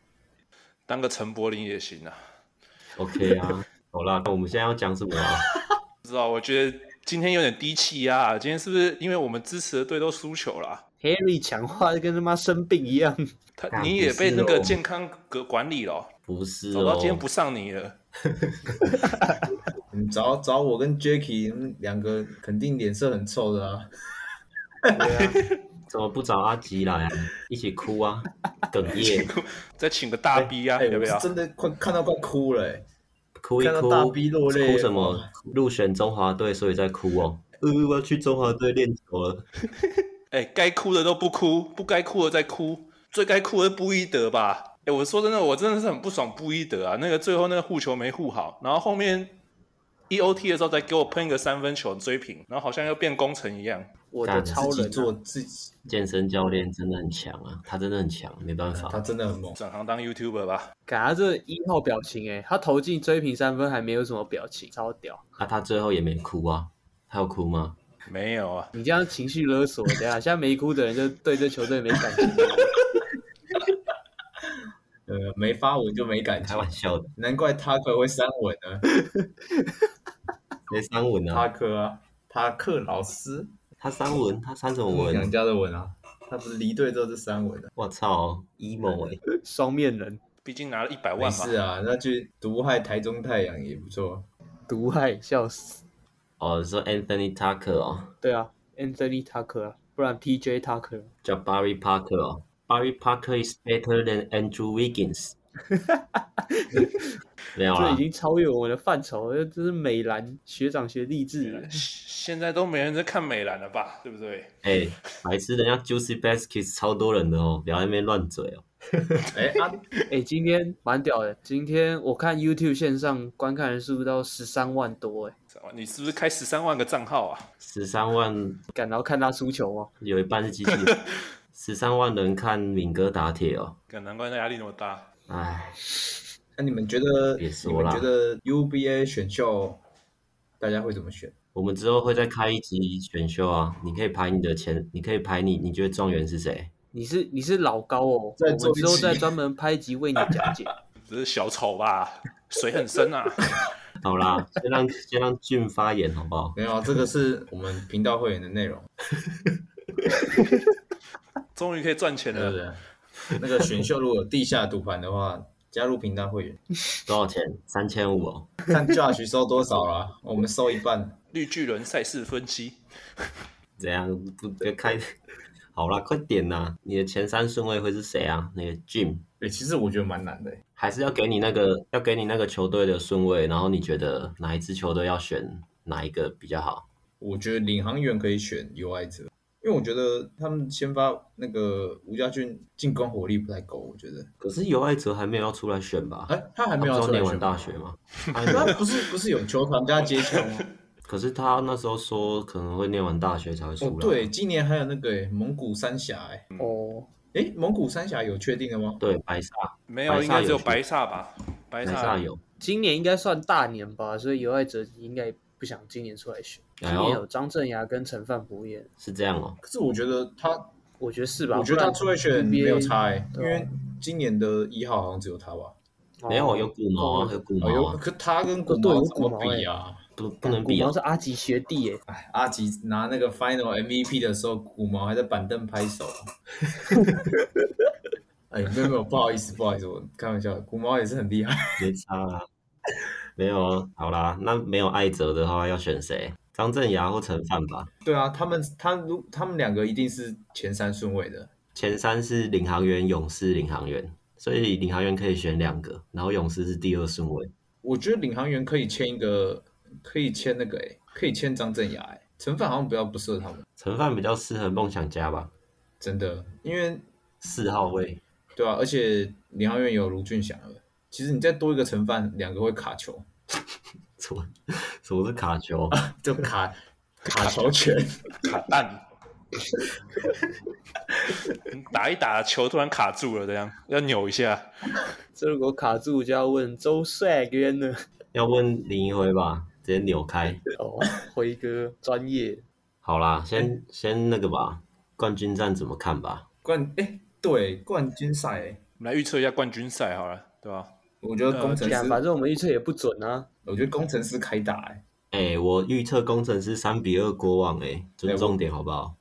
[SPEAKER 3] 当个陈柏霖也行啊。
[SPEAKER 1] ？OK 啊，好啦，那我们现在要讲什么啊？
[SPEAKER 3] 不知道，我觉得今天有点低气压、啊，今天是不是因为我们支持的队都输球了啊、
[SPEAKER 4] Harry 讲话跟他妈生病一 样，
[SPEAKER 3] 他
[SPEAKER 1] 干
[SPEAKER 3] 你也
[SPEAKER 1] 不是
[SPEAKER 3] 被那个
[SPEAKER 1] 哦
[SPEAKER 3] 健康隔管理了哦，
[SPEAKER 1] 不是
[SPEAKER 3] 早到
[SPEAKER 1] 哦
[SPEAKER 3] 今，天不上你了。
[SPEAKER 1] 嗯
[SPEAKER 2] 你找找我跟 Jacky 嗯两个肯定脸色很臭的啊，
[SPEAKER 4] 啊
[SPEAKER 1] 怎么哦不找阿吉来、啊、一起哭啊？哽咽，
[SPEAKER 3] 再请个大 B 啊，
[SPEAKER 2] 哎、
[SPEAKER 3] 要
[SPEAKER 2] 我
[SPEAKER 3] 不
[SPEAKER 2] 是
[SPEAKER 3] 要？
[SPEAKER 2] 真的快看到快哭了、哎
[SPEAKER 1] 哭一
[SPEAKER 2] 看
[SPEAKER 1] 哭，
[SPEAKER 2] 到大逼落泪
[SPEAKER 1] 哭什么？入选中华队，所以在哭哦。呃，我要去中华队练球了。
[SPEAKER 3] 哎，该哭的都不哭，不该哭的在哭，最该哭的是布伊德吧？哎，我说真的，我真的是很不爽布伊德啊！那个最后那个护球没护好，然后后面一 OT 的时候再给我喷一个三分球追平，然后好像又变攻城一样。
[SPEAKER 4] 我的
[SPEAKER 1] 干
[SPEAKER 4] 超
[SPEAKER 2] 自己
[SPEAKER 4] 人、
[SPEAKER 2] 做
[SPEAKER 4] 啊，
[SPEAKER 2] 自己，
[SPEAKER 1] 健身教练真的很强啊，他真的很强，没办
[SPEAKER 2] 他
[SPEAKER 1] 法。
[SPEAKER 2] 真的很猛。
[SPEAKER 3] 转行当 YouTuber 吧，
[SPEAKER 4] 感他这一号表情哎、他投进追平三分还没有什么表情，超屌！
[SPEAKER 1] 啊，他最后也没哭啊，他有哭吗？
[SPEAKER 3] 没有啊，
[SPEAKER 4] 你这样情绪勒索，等一下现在没哭的人就对这球队没感情了。
[SPEAKER 2] 呃，没发文就没感
[SPEAKER 1] 开
[SPEAKER 2] 情，
[SPEAKER 1] 玩笑的，
[SPEAKER 2] 难怪塔克会三文呢。
[SPEAKER 1] 没三文
[SPEAKER 2] 塔
[SPEAKER 1] 啊，
[SPEAKER 2] 克啊，塔克老师，
[SPEAKER 1] 他三文，他三什么
[SPEAKER 2] 杨
[SPEAKER 1] 文？
[SPEAKER 2] 家的文啊，他不是离队之后是三文的。啊
[SPEAKER 1] 我操，emo 哎、
[SPEAKER 4] 双面人，
[SPEAKER 3] 毕竟拿了一百
[SPEAKER 2] 没
[SPEAKER 3] 万嘛
[SPEAKER 2] 事。啊，那去毒害台中太阳也不错。
[SPEAKER 4] 毒害，笑死！
[SPEAKER 1] 哦，你说 Anthony Tucker 哦，
[SPEAKER 4] 对啊，Anthony Tucker，啊不然 TJ Tucker。啊
[SPEAKER 1] 叫 Barry Parker 哦，Barry Parker is better than Andrew Wiggins。没
[SPEAKER 2] 啊
[SPEAKER 1] 有啊
[SPEAKER 4] 这
[SPEAKER 1] 啦
[SPEAKER 4] 已，经超越我的范畴，这这是美兰学长学励志的，
[SPEAKER 3] 呃现在都没人在看美兰了吧，对不对？
[SPEAKER 1] 哎、白痴，人家 Juicy Baskets 超多人的哦，不要在那边乱嘴哦。
[SPEAKER 2] 哎、啊，
[SPEAKER 4] 哎、今天蛮屌的。今天我看 YouTube 线上观看人数到十三万多、哎，
[SPEAKER 3] 你是不是开十三万个账号啊？
[SPEAKER 1] 十三万
[SPEAKER 4] 敢然后看他输球吗？
[SPEAKER 1] 有一半是机器人， 十三万人看敏哥打铁哦，
[SPEAKER 3] 干难怪那压力那么大。
[SPEAKER 1] 哎，
[SPEAKER 2] 啊那、你们觉得，
[SPEAKER 1] 别
[SPEAKER 2] 你
[SPEAKER 1] 说
[SPEAKER 2] 们
[SPEAKER 1] 啦
[SPEAKER 2] 觉得 UBA 选秀大家会怎么选？
[SPEAKER 1] 我们之后会再开一集选秀啊，你可以排你的前，你可以排你，你觉得状元是谁？
[SPEAKER 4] 你是你是老高哦，
[SPEAKER 2] 再
[SPEAKER 4] 我们
[SPEAKER 2] 做一
[SPEAKER 4] 之后
[SPEAKER 2] 集
[SPEAKER 4] 再专门拍一集为你 讲解。
[SPEAKER 3] 只是小丑吧，水很深啊。
[SPEAKER 1] 好啦，先让 先让俊发言好不好？
[SPEAKER 2] 没有啊，这个是我们频道会员的内容，
[SPEAKER 3] 终于可以赚钱
[SPEAKER 2] 对不
[SPEAKER 3] 了，
[SPEAKER 2] 对？那个选秀如果有地下赌盘的话，加入频道会员，
[SPEAKER 1] 多少钱？三千五哦。
[SPEAKER 2] 看 Josh 收多少啦，我们收一半。
[SPEAKER 3] 绿巨人赛事分析。
[SPEAKER 1] 怎样？不别开？好啦，快点呐！你的前三顺位会是谁啊？那个 Jim
[SPEAKER 2] 哎、其实我觉得蛮难的、欸
[SPEAKER 1] 还是要给你那个要给你那个球队的顺位，然后你觉得哪一支球队要选哪一个比较好？
[SPEAKER 2] 我觉得领航员可以选尤爱哲，因为我觉得他们先发那个吴家俊进攻火力不太够，我觉得。
[SPEAKER 1] 可是尤爱哲还没有要出来选吧？
[SPEAKER 2] 哎、他还
[SPEAKER 1] 他
[SPEAKER 2] 没有
[SPEAKER 1] 不
[SPEAKER 2] 要
[SPEAKER 1] 是要
[SPEAKER 2] 出来
[SPEAKER 1] 念完
[SPEAKER 2] 选
[SPEAKER 1] 大
[SPEAKER 2] 吗
[SPEAKER 1] 学吗？
[SPEAKER 2] 那不是不是有球团跟他接球 吗？
[SPEAKER 1] 可是他那时候说可能会念完大学才会出来。
[SPEAKER 2] 哦，对，今年还有那个诶蒙古三峡诶，
[SPEAKER 4] 哦，
[SPEAKER 2] 哎诶，蒙古三峡有确定的吗？
[SPEAKER 1] 对，白萨
[SPEAKER 3] 没有，
[SPEAKER 1] 白煞
[SPEAKER 3] 应该只有
[SPEAKER 1] 有
[SPEAKER 3] 白煞吧？白
[SPEAKER 1] 白萨
[SPEAKER 3] 煞
[SPEAKER 1] 有，
[SPEAKER 4] 今年应该算大年吧，所以尤爱哲应该不想今年出来选。今
[SPEAKER 1] 哎呦
[SPEAKER 4] 年有张镇雅跟陈范博彦，
[SPEAKER 1] 是这样哦。
[SPEAKER 2] 可是我觉得他，
[SPEAKER 4] 我觉得是吧？
[SPEAKER 2] 我觉得他
[SPEAKER 4] 不然
[SPEAKER 2] 出来选
[SPEAKER 4] NBA
[SPEAKER 2] 没有差诶，因
[SPEAKER 4] 对啊
[SPEAKER 2] 为今年的一号好像只有他吧？
[SPEAKER 4] 哦
[SPEAKER 1] 没有有古毛啊，有古
[SPEAKER 2] 哦，
[SPEAKER 1] 毛
[SPEAKER 2] 有，
[SPEAKER 1] 啊，
[SPEAKER 2] 可他跟古
[SPEAKER 4] 哦对
[SPEAKER 2] 毛
[SPEAKER 4] 有
[SPEAKER 2] 怎么
[SPEAKER 4] 古毛
[SPEAKER 2] 比啊？
[SPEAKER 1] 不不能
[SPEAKER 4] 古
[SPEAKER 1] 比
[SPEAKER 4] 毛
[SPEAKER 1] 啊。
[SPEAKER 4] 是阿吉学弟耶，
[SPEAKER 2] 哎，阿吉拿那个 Final MVP 的时候，古毛还在板凳拍手。哎，没有没有，不好意思不好意思，我开玩笑的，古毛也是很厉害。
[SPEAKER 1] 没差啦，没有啊，好啦，那没有艾哲的话要选谁？张镇雅或陈范吧。
[SPEAKER 2] 对啊，他们他如他们两个一定是前三顺位的。
[SPEAKER 1] 前三是领航员、勇士、领航员，所以领航员可以选两个，然后勇士是第二顺位。
[SPEAKER 2] 我觉得领航员可以签一个，可以签那个哎、可以签张镇雅哎、陈范好像比较不适合他们，
[SPEAKER 1] 陈范比较适合梦想家吧，
[SPEAKER 2] 真的，因为
[SPEAKER 1] 四号位。
[SPEAKER 2] 对啊，而且领航员有卢俊祥了，其实你再多一个陈范，两个会卡球，
[SPEAKER 1] 什么什么是卡球？
[SPEAKER 2] 就卡卡球权，
[SPEAKER 3] 卡蛋， 你打一打球突然卡住了，这样要扭一下。
[SPEAKER 4] 这如果卡住就要问周帅渊了。
[SPEAKER 1] 要问林一辉吧，直接扭开。
[SPEAKER 4] 哦，辉哥专业，
[SPEAKER 1] 好啦，先先那个吧，冠军战怎么看吧？
[SPEAKER 2] 冠哎、对冠军赛、欸，
[SPEAKER 3] 我们来预测一下冠军赛好了，对吧？
[SPEAKER 2] 我觉得工程
[SPEAKER 4] 干反
[SPEAKER 2] 师，
[SPEAKER 4] 正我们预测也不准啊。
[SPEAKER 2] 我觉得工程师开打哎、
[SPEAKER 1] 哎、我预测工程师三比二国王、哎，尊重点好不好？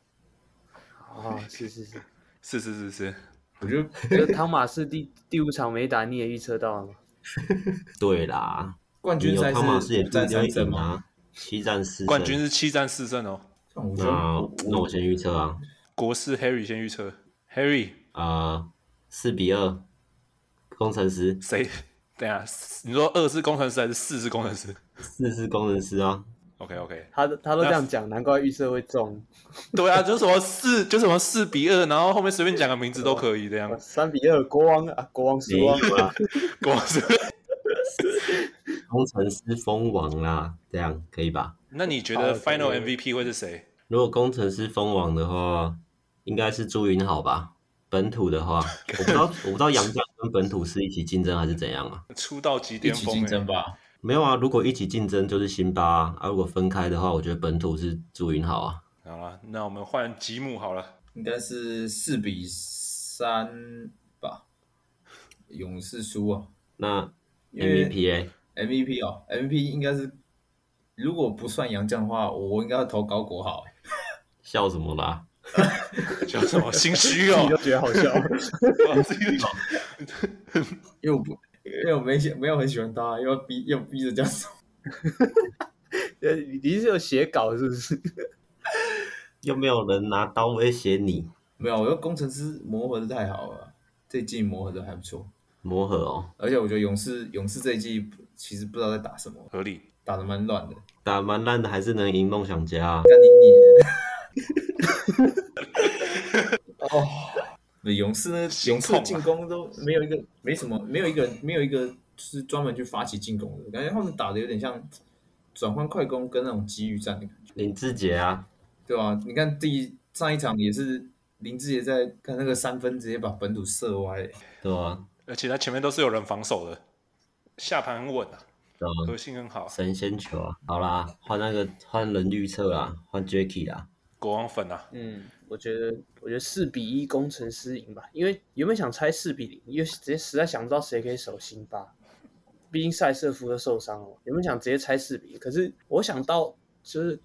[SPEAKER 4] 啊，是是是，
[SPEAKER 3] 是是是是，
[SPEAKER 2] 我觉得
[SPEAKER 4] 这汤马士第第五场没打，你也预测到了吗？
[SPEAKER 1] 对啦，
[SPEAKER 2] 冠
[SPEAKER 1] 你
[SPEAKER 2] 军
[SPEAKER 1] 有
[SPEAKER 2] 赛
[SPEAKER 1] 汤马斯
[SPEAKER 2] 是
[SPEAKER 1] 也
[SPEAKER 2] 五
[SPEAKER 1] 不一
[SPEAKER 2] 战
[SPEAKER 1] 定会
[SPEAKER 2] 三胜
[SPEAKER 1] 赢
[SPEAKER 2] 嘛，
[SPEAKER 1] 啊，七战四胜。
[SPEAKER 3] 冠军是七战四胜哦。
[SPEAKER 2] 但我觉得
[SPEAKER 1] 那那我先预测啊，
[SPEAKER 3] 国师 Harry 先预测，Harry
[SPEAKER 1] 啊，四比二，工程师
[SPEAKER 3] 谁？等一下，你说二是工程师还是四是工程师
[SPEAKER 1] 四是工程师啊，
[SPEAKER 3] ？OK OK，
[SPEAKER 4] 他都他都这样讲，难怪预测会中。
[SPEAKER 3] 对啊，就什么四，就什么四比二，然后后面随便讲个名字都可以 这样
[SPEAKER 4] 啊。三比二，国王啊，国王
[SPEAKER 1] 没
[SPEAKER 4] 输
[SPEAKER 1] 有
[SPEAKER 4] 啊。
[SPEAKER 1] 啊，
[SPEAKER 3] 国师
[SPEAKER 1] 工程师封王啦，这样可以吧？
[SPEAKER 3] 那你觉
[SPEAKER 4] 好
[SPEAKER 3] 得
[SPEAKER 4] 的
[SPEAKER 3] Final MVP 会是谁？
[SPEAKER 1] 如果工程师封王的话，应该是朱云好吧？本土的话，我不知道，我不知道杨绛跟本土是一起竞争还是怎样啊？
[SPEAKER 3] 出道即
[SPEAKER 2] 一
[SPEAKER 3] 巅
[SPEAKER 2] 起
[SPEAKER 3] 峰、
[SPEAKER 2] 竞争
[SPEAKER 3] 欸，
[SPEAKER 2] 吧。
[SPEAKER 1] 没有啊，如果一起竞争就是辛巴啊，啊如果分开的话，我觉得本土是朱云好啊。
[SPEAKER 3] 好了，那我们换吉姆好了。
[SPEAKER 2] 应该是四比三吧，勇士输啊，
[SPEAKER 1] 那
[SPEAKER 2] 因为
[SPEAKER 1] MVP 哎，
[SPEAKER 2] MVP 哦，MVP 应该是如果不算杨将的话，我我应该要投高国豪、
[SPEAKER 1] 笑什么啦？
[SPEAKER 3] 叫什么心虚
[SPEAKER 4] 自己
[SPEAKER 3] 哦
[SPEAKER 4] 都，觉得好笑。
[SPEAKER 3] 哇自己都
[SPEAKER 2] 因为我不因为我没喜没有很喜欢他，又要逼又逼着这样子，
[SPEAKER 4] 呃，你你是有写稿是不是？
[SPEAKER 1] 又没有人拿刀威胁你，
[SPEAKER 2] 没有，我觉得工程师磨合的太好了，这一季磨合的还不错，
[SPEAKER 1] 磨合哦，
[SPEAKER 2] 而且我觉得勇士勇士这一季其实不知道在打什么，
[SPEAKER 3] 合理。
[SPEAKER 2] 打的蛮乱的，
[SPEAKER 1] 打蛮烂的，还是能赢梦想家啊、
[SPEAKER 2] 干你 你。哦，那勇士呢？
[SPEAKER 3] 心
[SPEAKER 2] 勇士
[SPEAKER 3] 痛啊
[SPEAKER 2] 的进攻都没有一个，没什么，没有一个，没有一个就是专门去发起进攻的，感觉他们打的有点像转换快攻跟那种机遇战的感觉，
[SPEAKER 1] 林志杰啊，
[SPEAKER 2] 对吧、你看第一上一场也是林志杰在看那个三分，直接把本土射歪，
[SPEAKER 1] 对啊，
[SPEAKER 3] 而且他前面都是有人防守的，下盘很稳啊，
[SPEAKER 1] 对啊，
[SPEAKER 3] 核心很好，
[SPEAKER 1] 神仙球啊！好啦，换那个换人预测啦，换 Jacky 啦。
[SPEAKER 3] 国王粉啊，
[SPEAKER 4] 嗯，我觉得我觉得四比一工程师赢吧，因为原本想猜四比零，因为直接实在想不到谁可以守辛巴，毕竟塞瑟夫都受伤了，原本想直接猜四比一，可是我想到就是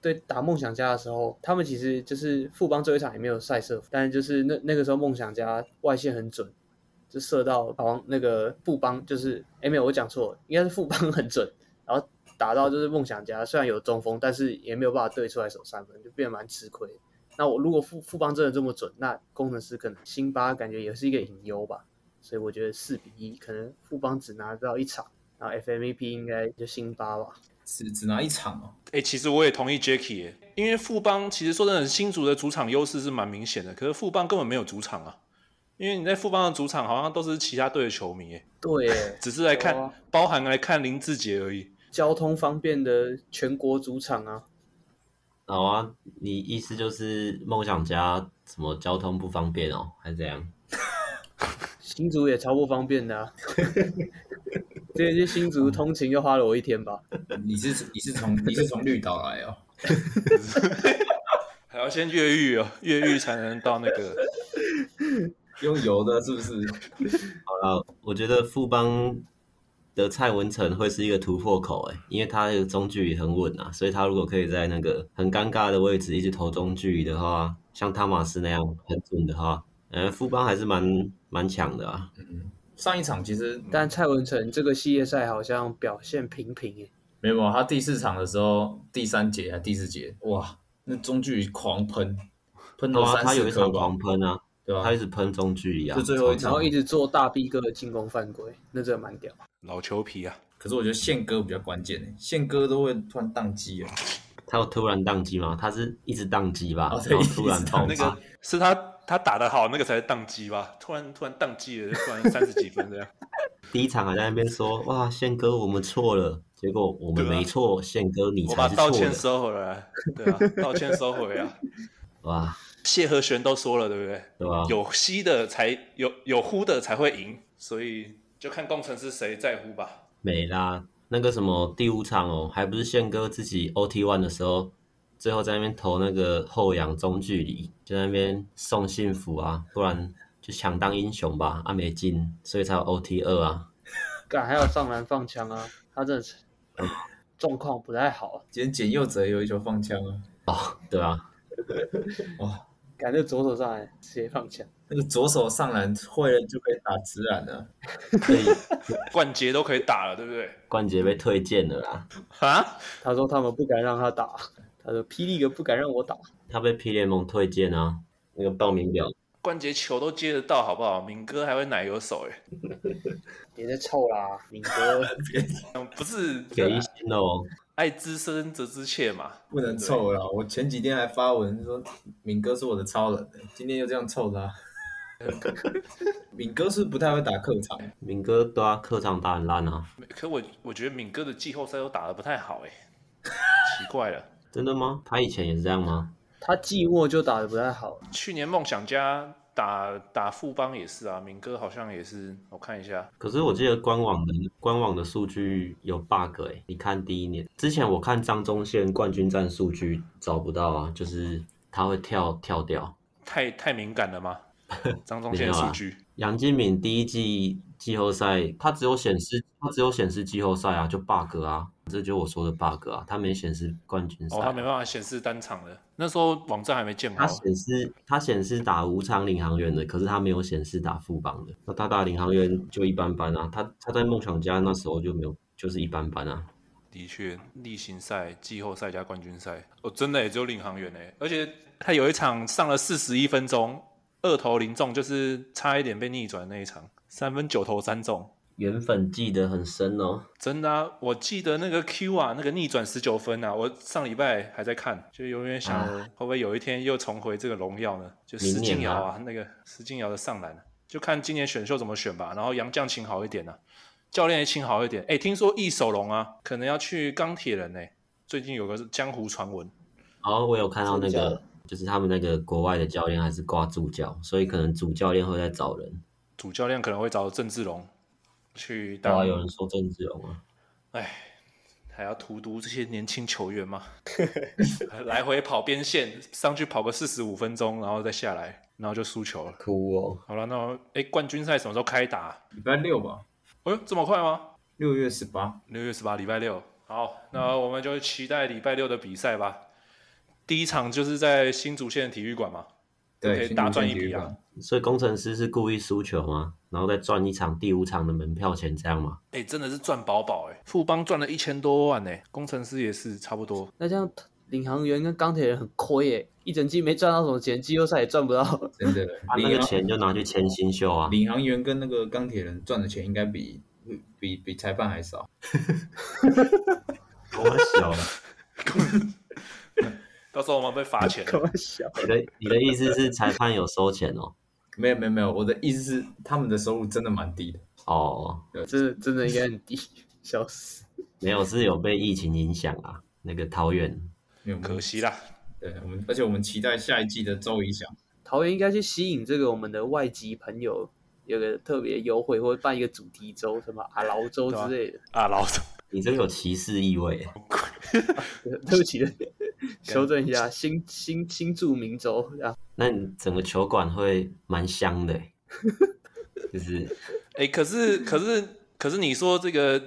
[SPEAKER 4] 对打梦想家的时候，他们其实就是富邦最后一场也没有塞瑟夫，但是就是那那个时候梦想家外线很准。就射到好像那个富邦，就是哎没有我讲错了，应该是富邦很准，然后打到就是梦想家，虽然有中锋，但是也没有办法对出来守三分，就变得蛮吃亏的。那我如果富富邦真的这么准，那工程师可能辛巴感觉也是一个隐忧吧，所以我觉得四比一，可能富邦只拿到一场，然后 FMVP 应该就辛巴吧。
[SPEAKER 2] 只只拿一场哦。
[SPEAKER 3] 哎、其实我也同意 Jacky，、欸、因为富邦其实说真的，新竹的主场优势是蛮明显的，可是富邦根本没有主场啊，因为你在富邦的主场好像都是其他队的球迷、欸，
[SPEAKER 4] 对耶，
[SPEAKER 3] 只是来看、
[SPEAKER 4] 有啊
[SPEAKER 3] 包含来看林志杰而已。
[SPEAKER 4] 交通方便的全国主场啊，
[SPEAKER 1] 好啊，你意思就是梦想家什么交通不方便哦，还是怎样？
[SPEAKER 4] 新竹也超不方便的、啊。 这去新竹通勤又花了我一天吧。
[SPEAKER 2] 你是你是从你是从绿岛来哦，
[SPEAKER 3] 还要先越狱哦，越狱才能到那个。
[SPEAKER 2] 用油的是不是？
[SPEAKER 1] 好啦，呃我觉得富邦的蔡文成会是一个突破口诶、因为他的中距离很稳啊，所以他如果可以在那个很尴尬的位置一直投中距离的话，像汤马斯那样很准的话，呃，富邦还是蛮蛮强的啊。
[SPEAKER 2] 上一场其实
[SPEAKER 4] 但蔡文成这个系列赛好像表现平平欸耶，
[SPEAKER 2] 没有，他第四场的时候，第三节还第四节，哇，那中距离狂喷，喷
[SPEAKER 1] 他
[SPEAKER 2] 到
[SPEAKER 1] 啊他
[SPEAKER 2] 三
[SPEAKER 1] 有
[SPEAKER 2] 四
[SPEAKER 1] 一
[SPEAKER 2] 颗
[SPEAKER 1] 场
[SPEAKER 2] 吧
[SPEAKER 1] 狂，喷啊，
[SPEAKER 2] 对吧、
[SPEAKER 1] 他一直喷中距离啊，
[SPEAKER 2] 就最后一场
[SPEAKER 4] 然后一直做大逼哥的进攻犯规，那真的蛮屌。
[SPEAKER 3] 老球皮啊，
[SPEAKER 2] 可是我觉得宪哥比较关键欸，宪哥都会突然宕机啊，
[SPEAKER 1] 他有突然宕机吗？他是一直宕机吧，
[SPEAKER 2] 哦对
[SPEAKER 1] 然后突然爆
[SPEAKER 3] 那
[SPEAKER 1] 发
[SPEAKER 3] 个。是他他打得好，那个才是宕机吧？突然突然宕机了，就突然三十几分这样。
[SPEAKER 1] 第一场还在那边说哇，宪哥我们错了，结果我们
[SPEAKER 3] 对啊
[SPEAKER 1] 没错，宪哥 你
[SPEAKER 3] 我把
[SPEAKER 1] 才是错
[SPEAKER 3] 道歉
[SPEAKER 1] 的。
[SPEAKER 3] 收回来，对啊，道歉收回啊。
[SPEAKER 1] 哇，
[SPEAKER 3] 谢和弦都说了，对不对？
[SPEAKER 1] 对啊吧？
[SPEAKER 3] 有吸的才有有呼的才会赢，所以就看工程师谁在乎吧。
[SPEAKER 1] 美啦，那个什么第五场哦，还不是宪哥自己 OT one 的时候，最后在那边投那个后仰中距离，就在那边送幸福啊，不然就想当英雄吧，啊没进，所以才有 OT 二啊。
[SPEAKER 4] 干还有上篮放枪啊，他真的是状况不太好、啊，
[SPEAKER 2] 今天简佑哲有一球放枪啊，
[SPEAKER 1] 对啊，
[SPEAKER 2] 哇，
[SPEAKER 4] 感觉左手上来直接放枪，
[SPEAKER 2] 那个左手上篮会了就可以打直篮了、
[SPEAKER 1] 所以
[SPEAKER 3] 冠杰都可以打了，对不对？
[SPEAKER 1] 冠杰被推荐了啦，
[SPEAKER 3] 啊，
[SPEAKER 4] 他说他们不敢让他打，他说霹雳哥不敢让我打，
[SPEAKER 1] 他被 P 联盟推荐啊，那个报名表
[SPEAKER 3] 冠杰球都接得到，好不好？敏哥还会奶油手哎、
[SPEAKER 4] 别再臭啦，敏哥，
[SPEAKER 3] 嗯不是
[SPEAKER 1] 给一星哦。
[SPEAKER 3] 爱之深则之切嘛，
[SPEAKER 2] 不能凑了啊。我前几天还发文说，敏哥是我的超人欸，今天又这样凑他， 敏哥是不太会打客场，
[SPEAKER 1] 敏哥对啊，客场打很烂啊，
[SPEAKER 3] 可我我觉得敏哥的季后赛都打得不太好哎、奇怪了。
[SPEAKER 1] 真的吗？他以前也是这样吗？
[SPEAKER 4] 他季末就打得不太好，
[SPEAKER 3] 去年梦想家打打富邦也是啊，敏哥好像也是，我看一下，
[SPEAKER 1] 可是我
[SPEAKER 3] 嗯
[SPEAKER 1] 记得官网的官网的数据有 bug 哎、你看第一年之前我看张忠宪冠军战数据找不到啊，就是他会跳跳掉。
[SPEAKER 3] 太太敏感了 吗？张忠
[SPEAKER 1] 没
[SPEAKER 3] 宪
[SPEAKER 1] 有
[SPEAKER 3] 数
[SPEAKER 1] 啊
[SPEAKER 3] 据
[SPEAKER 1] 杨金敏第一季季后赛，他只有显示他只有显示季后赛啊，就 bug 啊，这就是我说的 bug 啊，他没显示冠军赛
[SPEAKER 3] 哦，
[SPEAKER 1] 啊、
[SPEAKER 3] 他没办法显示单场的，那时候网站还没建好
[SPEAKER 1] 他，显示他显示打五场领航员的，可是他没有显示打副帮的。那他打领航员就一般般啊，他他在梦想家那时候就没有，就是一般般啊。
[SPEAKER 3] 的确，例行赛、季后赛加冠军赛，哦，真的也只有领航员哎，而且他有一场上了四十一分钟，二投零中，就是差一点被逆转的那一场，三分九投三中，
[SPEAKER 1] 缘分记得很深哦，
[SPEAKER 3] 真的、啊，我记得那个 Q 啊，那个逆转十九分啊，我上礼拜还在看，就永远想着会不会有一天又重回这个荣耀呢？就
[SPEAKER 1] 啊明
[SPEAKER 3] 石敬
[SPEAKER 1] 年
[SPEAKER 3] 尧
[SPEAKER 1] 啊
[SPEAKER 3] 啊，那个石敬尧的上篮，啊就看今年选秀怎么选吧。然后杨绛请好一点啊，教练也请好一点。哎，听说易守龙啊，可能要去钢铁人呢、最近有个江湖传闻，
[SPEAKER 1] 然后我有看到那
[SPEAKER 4] 真的假
[SPEAKER 1] 个
[SPEAKER 4] 的，
[SPEAKER 1] 就是他们那个国外的教练还是挂助教，所以可能主教练会在找人。
[SPEAKER 3] 主教练可能会找郑志龙去
[SPEAKER 1] 对啊，
[SPEAKER 3] 当
[SPEAKER 1] 有人说郑志荣啊，
[SPEAKER 3] 哎，还要荼毒这些年轻球员 吗？来回跑边线，上去跑个四十五分钟，然后再下来，然后就输球了。
[SPEAKER 1] 哭哦。
[SPEAKER 3] 好了，那哎，冠军赛什么时候开打？
[SPEAKER 2] 礼拜六吧，
[SPEAKER 3] 哎呦，这么快吗？
[SPEAKER 2] 六月十八，
[SPEAKER 3] 六月十八，礼拜六。好，那
[SPEAKER 2] 嗯
[SPEAKER 3] 我们就期待礼拜六的比赛吧。第一场就是在新竹县体育馆嘛，可
[SPEAKER 2] 对，
[SPEAKER 3] 以
[SPEAKER 2] 新
[SPEAKER 3] 大
[SPEAKER 2] 竹
[SPEAKER 3] 赚
[SPEAKER 2] 县
[SPEAKER 3] 一
[SPEAKER 2] 体育
[SPEAKER 3] 笔啊
[SPEAKER 2] 馆！
[SPEAKER 1] 所以工程师是故意输球吗？然后再赚一场第五场的门票钱这样吗？
[SPEAKER 3] 哎，真的是赚饱饱哎，富邦赚了一千多万哎，工程师也是差不多。
[SPEAKER 4] 那这样领航员跟钢铁人很亏耶，一整季没赚到什么钱，季后赛也赚不到。
[SPEAKER 2] 真 的，
[SPEAKER 1] 他、
[SPEAKER 3] 啊
[SPEAKER 1] 那
[SPEAKER 2] 领
[SPEAKER 1] 个
[SPEAKER 2] 航
[SPEAKER 1] 钱就拿去签新秀啊。
[SPEAKER 2] 领航员跟那个钢铁人赚的钱应该比比比裁判还少。
[SPEAKER 1] 我小了。
[SPEAKER 3] 到时候我们被罚 钱。
[SPEAKER 4] 开玩笑，
[SPEAKER 1] 你的你的意思是裁判有收钱哦？
[SPEAKER 2] 没有没有没有，我的意思是他们的收入真的蛮低的。
[SPEAKER 1] 哦，
[SPEAKER 4] 真的真的应该很低， 笑死。
[SPEAKER 1] 没有，是有被疫情影响啊。那个桃园，
[SPEAKER 2] 没有，我
[SPEAKER 3] 可
[SPEAKER 2] 们
[SPEAKER 3] 惜啦，
[SPEAKER 2] 对我们，而且我们期待下一季的周一翔。
[SPEAKER 4] 桃园应该去吸引这个我们的外籍朋友，有个特别优惠，或者办一个主题周，什么阿劳周之类的。
[SPEAKER 3] 啊，老总。
[SPEAKER 1] 你这个有歧视意味耶。
[SPEAKER 4] 对 对不起，修正 一下，新新新著名周啊，
[SPEAKER 1] 那你整个球馆会蛮香的耶， 就是
[SPEAKER 3] 哎、可是可是可是你说这个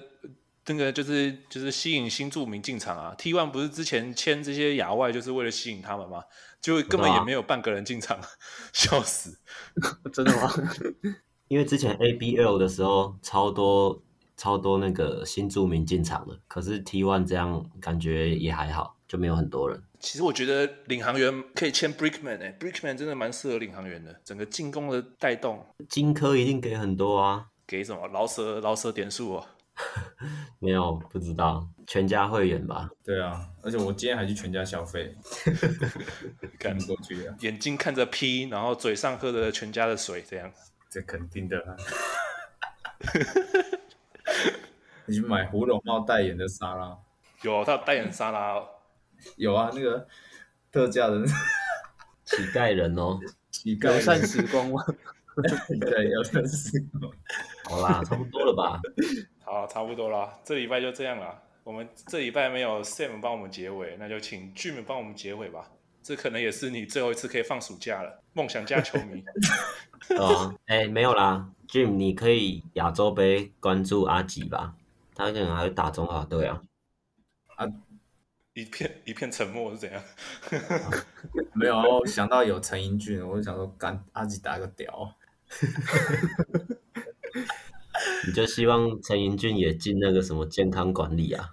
[SPEAKER 3] 那个就是就是吸引新著名进场啊，T One 不是之前签这些亚外就是为了吸引他们吗？就根本也没有半个人进场， 笑死！
[SPEAKER 4] 真的吗？
[SPEAKER 1] 因为之前 ABL 的时候超多超多那个新住民进场的，可是 T One 这样感觉也还好，就没有很多人。
[SPEAKER 3] 其实我觉得领航员可以签 Brickman 哎、b r i c k m a n 真的蛮适合领航员的，整个进攻的带动
[SPEAKER 1] 荆轲一定给很多啊。
[SPEAKER 3] 给什么饶舌饶舌点数哦，
[SPEAKER 1] 没有，不知道全家会员吧？
[SPEAKER 2] 对啊，而且我今天还去全家消费，
[SPEAKER 3] 看
[SPEAKER 2] 看不过去啊，
[SPEAKER 3] 眼睛看着 P，然后嘴上喝着全家的水，这样
[SPEAKER 2] 这肯定的啊。 你去买胡荣茂代言的沙拉，
[SPEAKER 3] 有他有代言沙拉、哦。
[SPEAKER 2] 有啊，那个特价的
[SPEAKER 1] 乞丐人哦。
[SPEAKER 2] 乞丐
[SPEAKER 4] 友
[SPEAKER 2] 的
[SPEAKER 4] 善时光吗？
[SPEAKER 2] 对，有三十个。
[SPEAKER 1] 好啦，差不多了吧？
[SPEAKER 3] 好，差不多了，这礼拜就这样了。我们这礼拜没有 Sam 帮我们结尾，那就请 Jim 帮我们结尾吧。这可能也是你最后一次可以放暑假了，梦想家球 迷。
[SPEAKER 1] 对啊，哎、没有啦，Jim，你可以亚洲杯关注阿吉吧，他可能还会打中华队啊。
[SPEAKER 3] 一片一片沉默是怎样？
[SPEAKER 2] 没有啊，我想到有陈英俊，我就想说，干阿吉打个屌，
[SPEAKER 1] 你就希望陈英俊也进那个什么健康管理啊，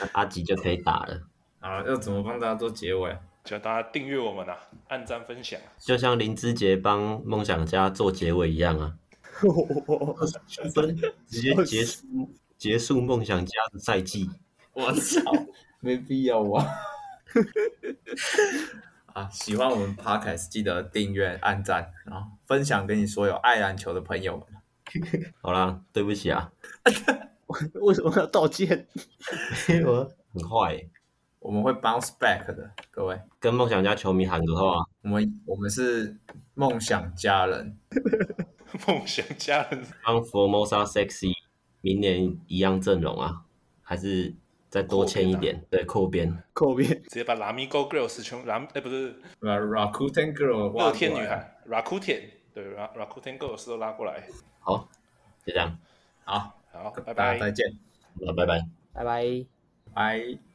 [SPEAKER 1] 那 阿吉就可以打了。
[SPEAKER 2] 啊，要怎么帮大家做结尾？
[SPEAKER 3] 叫大家订阅我们啊，按赞分享啊。
[SPEAKER 1] 就像林志杰帮梦想家做结尾一样啊，分直接结束结束梦想家的赛季。
[SPEAKER 2] 我操，没必要啊！ 啊，喜欢我们 podcast 记得订阅、按赞，然后分享给你所有爱篮球的朋友们。
[SPEAKER 1] 好啦，对不起 啊，
[SPEAKER 4] 为什么要道歉？
[SPEAKER 1] 我很坏、欸，
[SPEAKER 2] 我们会 bounce back 的，各位，
[SPEAKER 1] 跟梦想家球迷喊个话、啊，
[SPEAKER 2] 我们我们是梦想家人，
[SPEAKER 3] 梦想家人
[SPEAKER 1] 让 Formosa sexy，明年一样阵容啊，还是再多签一点，对，扩编。啊
[SPEAKER 4] 后面
[SPEAKER 3] 直接把 Lamigo Girls 全拉，哎、不是
[SPEAKER 2] 把 Rakuten Girl 挖
[SPEAKER 3] 乐天
[SPEAKER 2] 过来
[SPEAKER 3] 女，孩 Rakuten，对 Ra- Rakuten Girls 都拉过来。
[SPEAKER 1] 好，就这样，
[SPEAKER 2] 好，
[SPEAKER 3] 好，拜
[SPEAKER 2] 大
[SPEAKER 3] 拜
[SPEAKER 2] 家。再见，
[SPEAKER 1] 好拜拜。
[SPEAKER 4] 拜拜。
[SPEAKER 2] 拜。